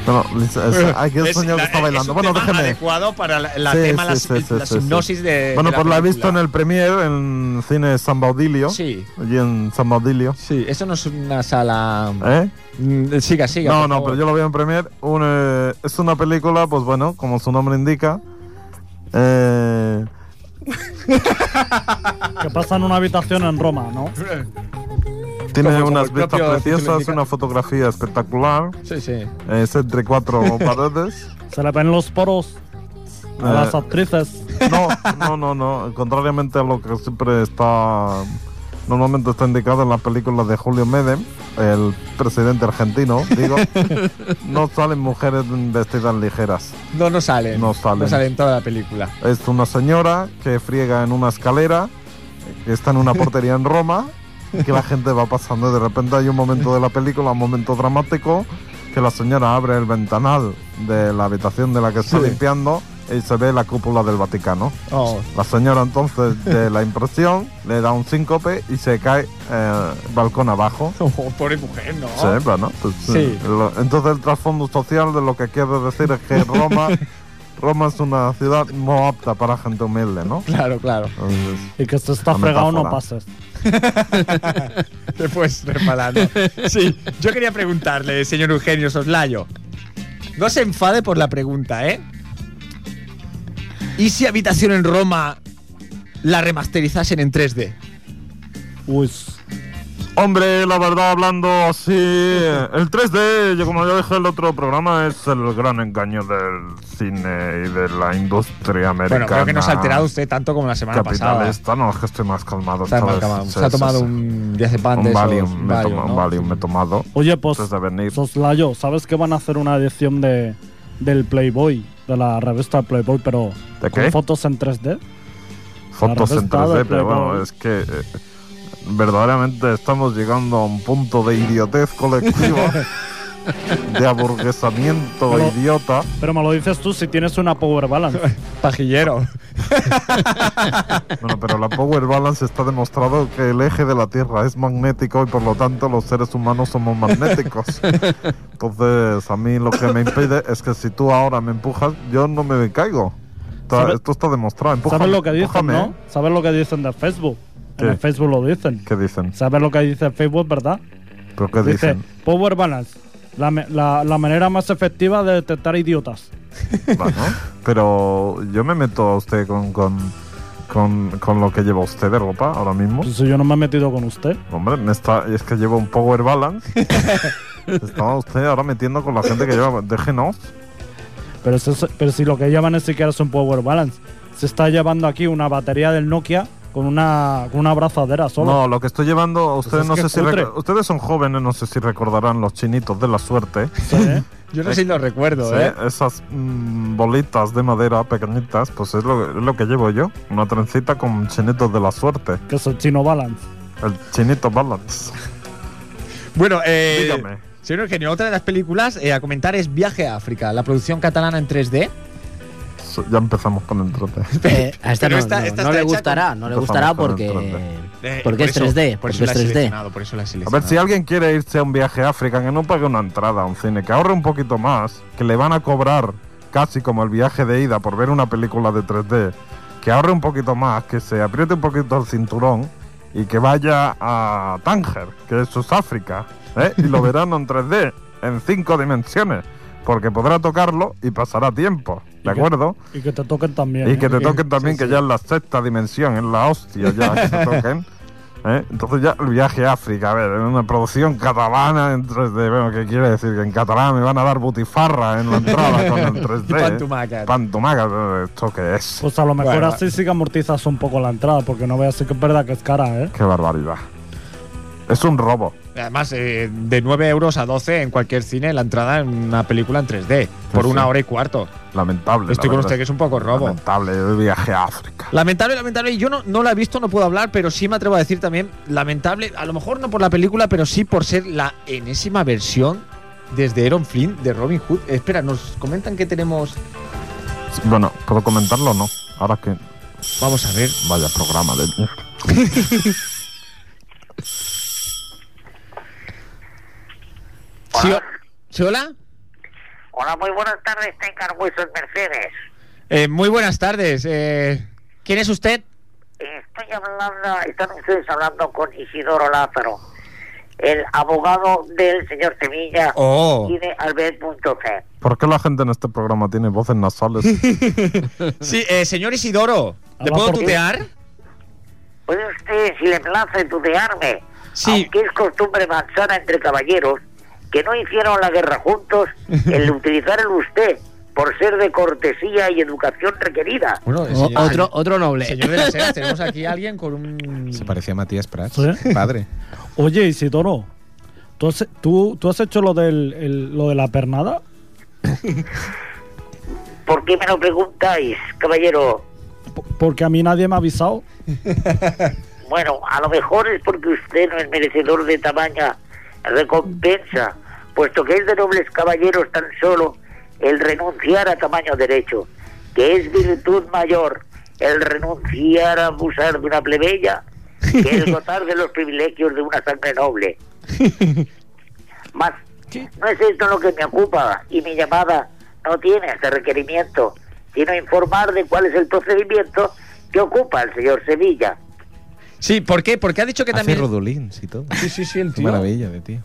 bueno, es- es- aquí el señor que está bailando. Bueno, déjeme. adecuado para la, la Sí, tema, sí, las- sí, sí, la sí, sí. hipnosis de. Bueno, de pues la he visto en película. el Premiere, en cine San Baudilio. Sí. Allí en San Baudilio. Sí, eso no es una sala. ¿Eh? Mm, Siga, siga. No, por no, favor. pero yo lo vi en Premiere. Un, eh, es una película, pues bueno, como su nombre indica. Eh, Que pasa en una habitación en Roma, ¿no? Tiene Como- como unas el vistas propio preciosas, título una fotografía espectacular. Sí, sí. Es entre cuatro paredes. Se le ven los poros a Eh, las actrices. No, no, no, no. Contrariamente a lo que siempre está. Normalmente está indicado en la película de Julio Medem, el presidente argentino, digo. no salen mujeres vestidas ligeras. No, no salen. No salen. No salen toda la película. Es una señora que friega en una escalera, que está en una portería en Roma, y que la gente va pasando. De repente hay un momento de la película, un momento dramático, que la señora abre el ventanal de la habitación de la que está Sí. limpiando y se ve la cúpula del Vaticano. Oh. La señora entonces de la impresión le da un síncope y se cae eh, balcón abajo. Oh, pobre mujer, ¿no? Sí, bueno, pues, Ah. Sí. lo- entonces el trasfondo social de lo que quiero decir es que Roma, Roma es una ciudad no apta para gente humilde, ¿no? Claro, claro. Entonces, Y que se está Una fregado no metáfora. pases. Después reparando. Sí, yo quería preguntarle, señor Eugenio Soslayo. No se enfade por la pregunta, ¿eh? ¿Y si Habitación en Roma la remasterizasen en 3D? Uy, Hombre, la verdad, hablando así, el 3D, yo como ya dije en el otro programa, es el gran engaño del cine y de la industria americana. Bueno, creo que no se ha alterado usted tanto como la semana pasada. Capitalista, no, es que estoy más calmado. Está ¿sabes? mal, cabrón. Sí, se ha sí, tomado sí. un diazepam de un esos, Valium, me he Valium, tomado- ¿no? un Valium me he tomado. Oye, pues, Antes de venir. Soslayo, ¿sabes que van a hacer una edición de, del Playboy, de la revista Playboy, pero ¿De con qué? fotos en 3D? Fotos en Arrestado, 3D, pero bueno, plegado. es que eh, verdaderamente estamos llegando a un punto de idiotez colectiva, de aburguesamiento Pero- idiota. Pero me lo dices tú si tienes una Power Balance. Pajillero. Bueno, pero la Power Balance está demostrado que el eje de la Tierra es magnético y por lo tanto los seres humanos somos magnéticos. Entonces, a mí lo que me impide es que si tú ahora me empujas, yo no me caigo. Está- ¿Sabe- esto está demostrado. Empújame, ¿Sabes lo que dicen, empújame, no? ¿eh? ¿Sabes lo que dicen de Facebook? ¿Qué? En el Facebook lo dicen. ¿Qué dicen? ¿Sabes lo que dice Facebook, verdad? ¿Pero qué Dice, dicen? Power Balance, la, me- la- la manera más efectiva de detectar idiotas. Bueno, pero yo me meto a usted con, con, con, con lo que lleva usted de ropa ahora mismo. Pues yo no me he metido con usted. Hombre, me está, es que llevo un power balance. Estaba usted ahora metiendo con la gente que lleva. Déjenos. Pero, eso es- pero si lo que llevan es siquiera es un Power Balance. Se está llevando aquí una batería del Nokia con una, con una abrazadera solo. Pues No, lo que estoy llevando, ustedes es no que sé si cutre. reco- ustedes son jóvenes, no sé si recordarán los chinitos de la suerte. Sí, ¿eh? Yo no sé si lo recuerdo, Sí, ¿eh? Esas mm, bolitas de madera pequeñitas, pues es lo, es lo que llevo yo. Una trencita con chinitos de la suerte. que es el chino balance. El chinito balance. Bueno, eh. Dígame. Señor Eugenio, otra de las películas eh, a comentar es Viaje a África, la producción catalana en 3D. So- Ya empezamos con el trote. Eh, a esta Pero no, esta- no, esta no está le hecha gustará, no le Por gustará favor, porque, con el trote. Eh, porque es eso- 3D. Por Porque eso es la he 3D. seleccionado, por eso la he A seleccionado. ver, si alguien quiere irse a un viaje a África, que no pague una entrada a un cine, que ahorre un poquito más, que le van a cobrar casi como el viaje de ida por ver una película de 3D, que ahorre un poquito más, que se apriete un poquito el cinturón y que vaya a Tánger, que eso es África, ¿eh? y lo verán en 3D, en cinco dimensiones, porque podrá tocarlo y pasará tiempo, ¿de ¿Y qué? acuerdo? Y que te toquen también. Y ¿eh? que te toquen también, que ya es la sexta dimensión, es la hostia ya que te toquen. ¿eh? Entonces ya el viaje a África, a ver, en una producción catalana en 3D, bueno, ¿qué quiere decir? Que en catalán me van a dar butifarra en la entrada con el 3D. Y pantumaca. Pantumaca, pero ¿esto qué es? Pues a lo mejor Bueno. así sí que amortizas un poco la entrada, porque no veas sí que es verdad que es cara, ¿eh? Qué barbaridad. Es un robo. Además, eh, de 9 euros a 12 en cualquier cine la entrada en una película en 3D, por sí. una hora y cuarto. Lamentable. Estoy la con verdad. usted que es un poco robo. Lamentable el viaje a África. Lamentable, lamentable. y Yo no, no la he visto, no puedo hablar, pero sí me atrevo a decir también lamentable, a lo mejor no por la película, pero sí por ser la enésima versión desde Aaron Flynn de Robin Hood. Espera, nos comentan que tenemos... Bueno, ¿puedo comentarlo o no? Ahora que Vamos a ver. vaya programa de mierda. Sí, o- ¿Sí, hola? Hola, muy buenas tardes, tengan Wilson Mercedes. Eh, muy buenas tardes. eh, ¿Quién es usted? Estoy hablando, están ustedes hablando con Isidoro Lázaro, el abogado del señor Sevilla Oh. y de Albert.c. ¿Por qué la gente en este programa tiene voces nasales? Sí, eh, señor Isidoro, ¿le Habla puedo por ti. tutear? Puede usted, si le place, tutearme. Sí. aunque es costumbre manzana entre caballeros, que no hicieron la guerra juntos, el utilizar el usted por ser de cortesía y educación requerida. Bueno, el O- señor- otro, otro noble. Señor de las Heras, tenemos aquí a alguien con un. Se parecía a Matías Prats, Sí. padre. Oye, Isidoro, ¿tú has, tú, tú has hecho lo, del, el- lo de la pernada? ¿Por qué me lo preguntáis, caballero? P- Porque a mí nadie me ha avisado. Bueno, a lo mejor es porque usted no es merecedor de tamaña recompensa, puesto que es de nobles caballeros tan solo el renunciar a tamaño derecho, que es virtud mayor el renunciar a abusar de una plebeya que el gozar de los privilegios de una sangre noble. Más, no es esto lo que me ocupa y mi llamada no tiene ese requerimiento, sino informar de cuál es el procedimiento que ocupa el señor Sevilla. Sí, ¿por qué? Porque ha dicho que Hace también. rodolins y todo. Sí, sí, sí, el Qué tío. maravilla de tío.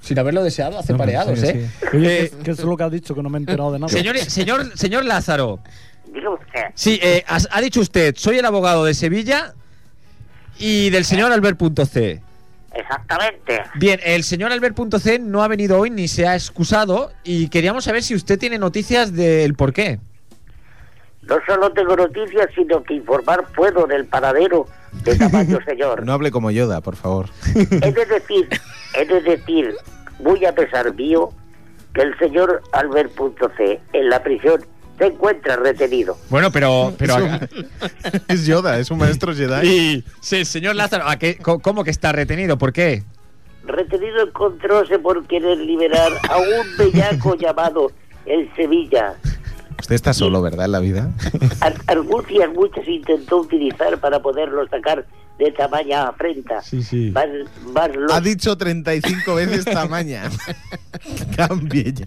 Sin haberlo deseado, hace No, no, pareados, sí, ¿eh? Oye, Eh, ¿qué, qué es lo que has dicho? Que no me he enterado de nada. Señor, señor, señor Lázaro, Diga usted. sí, eh, has- ha dicho usted, soy el abogado de Sevilla y del señor Albert.c. Exactamente. Bien, el señor Albert.c no ha venido hoy ni se ha excusado y queríamos saber si usted tiene noticias del por qué. No solo tengo noticias, sino que informar puedo del paradero de tamaño señor. No hable como Yoda, por favor. Es de decir, es de decir, muy a pesar mío, que el señor Albert.c en la prisión se encuentra retenido. Bueno, pero, pero acá- Es Yoda, es un maestro Jedi. y sí, señor Lázaro, ¿a qué- co- ¿cómo que está retenido? ¿Por qué? Retenido encontróse por querer liberar a un bellaco llamado el Sevilla. Usted está solo, ¿verdad? En la vida. Ar- Argucias muchas intentó utilizar para poderlo sacar de tamaña afrenta. sí. Más, más los- Ha dicho 35 veces tamaña. Cambie ya.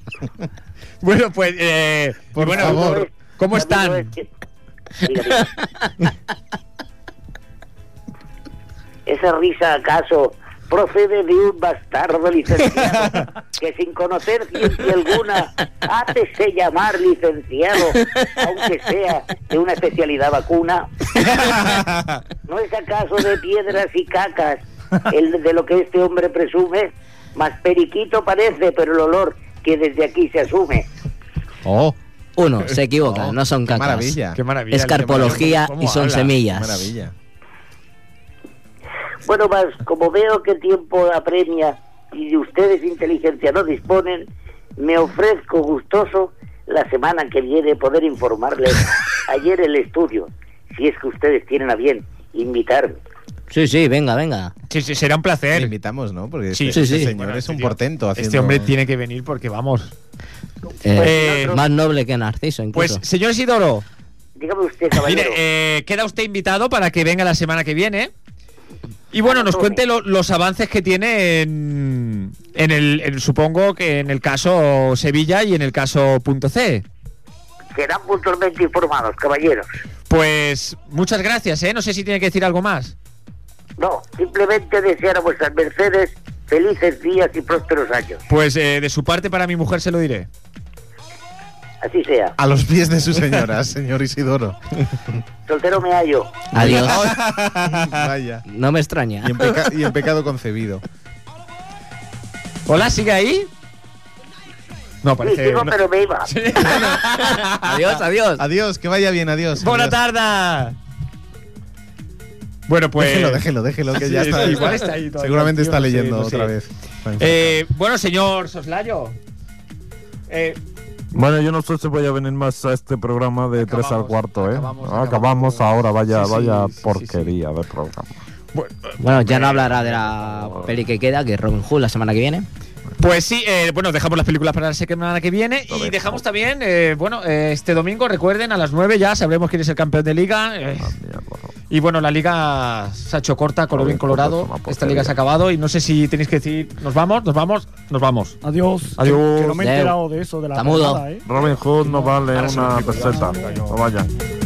Bueno, pues, eh, Por bueno, favor. ¿cómo Lo mismo están? es que- Diga, diga. Esa risa acaso procede de un bastardo licenciado que sin conocer ciencia alguna hátese llamar licenciado, aunque sea de una especialidad vacuna. ¿No es acaso de piedras y cacas el de lo que este hombre presume? Más periquito parece, pero el olor que desde aquí se asume. Oh, Uno, se equivoca, no son qué cacas. maravilla. Qué maravilla. Es carpología ¿Cómo y son habla? Qué semillas. maravilla. Bueno, más como veo que tiempo apremia y de ustedes inteligencia no disponen, me ofrezco gustoso la semana que viene poder informarles ayer el estudio, si es que ustedes tienen a bien invitarme. Sí, sí, venga, venga. Sí, sí, será un Le placer. invitamos, ¿no? Porque Sí, este, sí, este sí. señor Bueno, es un tío, portento. Este haciendo- hombre tiene que venir porque vamos. Pues Eh, Eh, más noble que Narciso, Pues, incluso. señor Isidoro, Dígame usted, caballero. mire, eh, queda usted invitado para que venga la semana que viene. Y bueno, nos cuente lo- los avances que tiene en, en el, en- supongo que en el caso Sevilla y en el caso punto C. Serán puntualmente informados, caballeros. Pues muchas gracias, ¿eh? No sé si tiene que decir algo más. No, simplemente desear a vuestras mercedes felices días y prósperos años. Pues eh, de su parte para mi mujer se lo diré. Así sea. A los pies de su señora, señor Isidoro. Soltero me hallo. Adiós. Vaya. No me extraña. Y en, peca- y en pecado concebido. Hola, ¿sigue ahí? No, Sí, parece... Pues, sigo, eh, no- pero me iba. Adiós, adiós. Adiós, que vaya bien, adiós. Buena adiós. tarde. Bueno, pues. Déjelo, déjelo, déjelo, que Sí, ya está. sí, igual está ahí todavía, Seguramente tío, está no sé, leyendo no sé. otra vez. Eh, bueno, señor Soslayo. Eh, Bueno, yo no sé si voy a venir más a este programa de Acabamos, 3 al cuarto, ¿eh? acabamos, Acabamos, Ah, acabamos. ahora, vaya, Sí, sí, vaya sí, sí, porquería de programa. Ah, Bueno, ya no hablará de la peli que queda, que es Robin Hood la semana que viene. pues sí, eh, bueno, dejamos las películas para la semana que viene. Lo Y dejo. dejamos también, eh, bueno, eh, este domingo, recuerden, a las 9 ya sabremos quién es el campeón de liga. eh, Ah, mierda. y bueno, la liga se ha hecho corta, color Lo bien dejo, colorado. pues, una porquería. Esta liga se ha acabado y no sé si tenéis que decir, nos vamos, nos vamos, nos vamos. Adiós. Adiós. Que, que no me he Leo. enterado de eso, de la Está mudo. pernada, ¿eh? Robin Hood no vale Ahora se lo una explico, peseta. ahora se lo explico yo. No vayan.